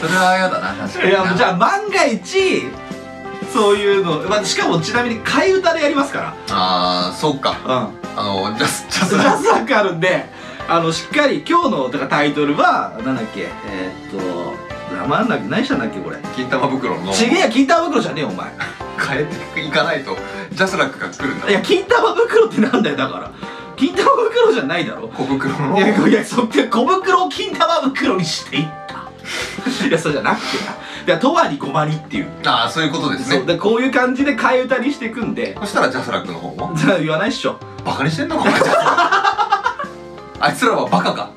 それは嫌だな確かにないやもうじゃあ万が一そういうの、まあ、しかもちなみに替え歌でやりますかああーそうからうんあのジャスジャスジャズラックあるんであのしっかり今日のだからタイトルはなんだっけえー、っと名前なんだっけ何したんだっけこれ金玉袋のちげえや金玉袋じゃねえよお前変えていかないとジャスラックが来るんだいや金玉袋ってなんだよだから金玉袋じゃないだろ小袋のいやいやそっか小袋を金玉袋にしていったいやそうじゃなくてな「だからとわにごまに」っていうああそういうことですそうねだこういう感じで替え歌にしていくんでそしたらジャスラックの方もじゃあ言わないっしょバカにしてんのかお前ジャスラック あいつらはバカか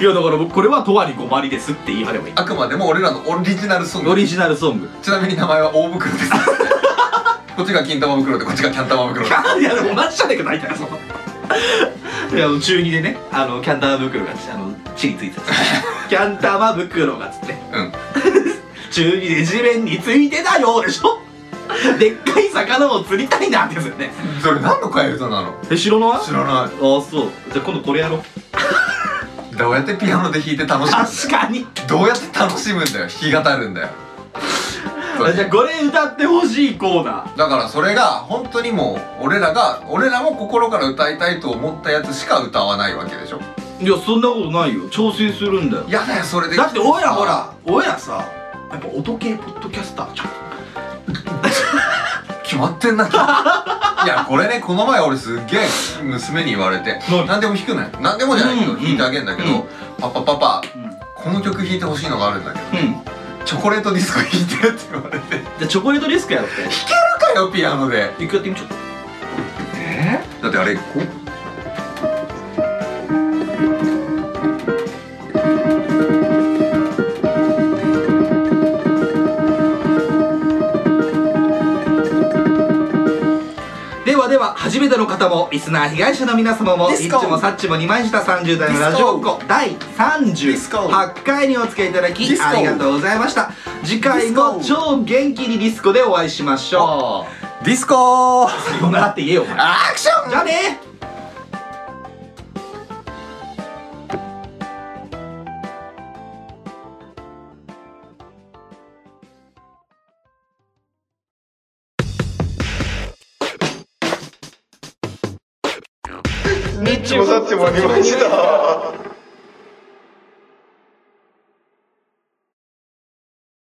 いやだから僕これは「とわにごまに」ですって言い張ればいいあくまでも俺らのオリジナルソングオリジナルソングちなみに名前は大袋ですこっちが金玉袋でこっちがキャン玉袋ですいやでも同じじゃねえか大体そのいやもう中2でねあのキャンター袋があの地についてたんですキャンター袋がつってうん中2で地面についてたようでしょでっかい魚を釣りたいなってやつよねそれ何の替え歌なのえ知らない知らなああそうじゃあ今度これやろういどうやってピアノで弾いて楽しむんだよ確かにどうやって楽しむんだよ弾き語るんだ よそうじゃあこれ歌ってほしいコーナーだからそれが本当にもう俺らが俺らも心から歌いたいと思ったやつしか歌わないわけでしょいやそんなことないよ挑戦するんだよやだよそれでだっておいらほらおいらさやっぱ音系ポッドキャスターじゃん決まってんな いやこれねこの前俺すっげえ娘に言われて何何でも弾くのよ何でもじゃないけどうん弾いてあげんだけど、うんパパパパ、うんこの曲弾いてほしいのがあるんだけどうんチョコレートディスコ弾いてって言われて「じゃあチョコレートリスクやろうってかよピアノで一回やってみちょっと」だってあれこうあ程度の方もリスナー被害者の皆様もデいィスっちコもさっちも2枚した30代のラジオっ子第ディスコ38回にお付き合いいただディきスコありがとうございました次回もディス超元気にディスコでお会いしましょディスコーうさようならって言えよお前アクションじゃあねニッチもサッチもありました。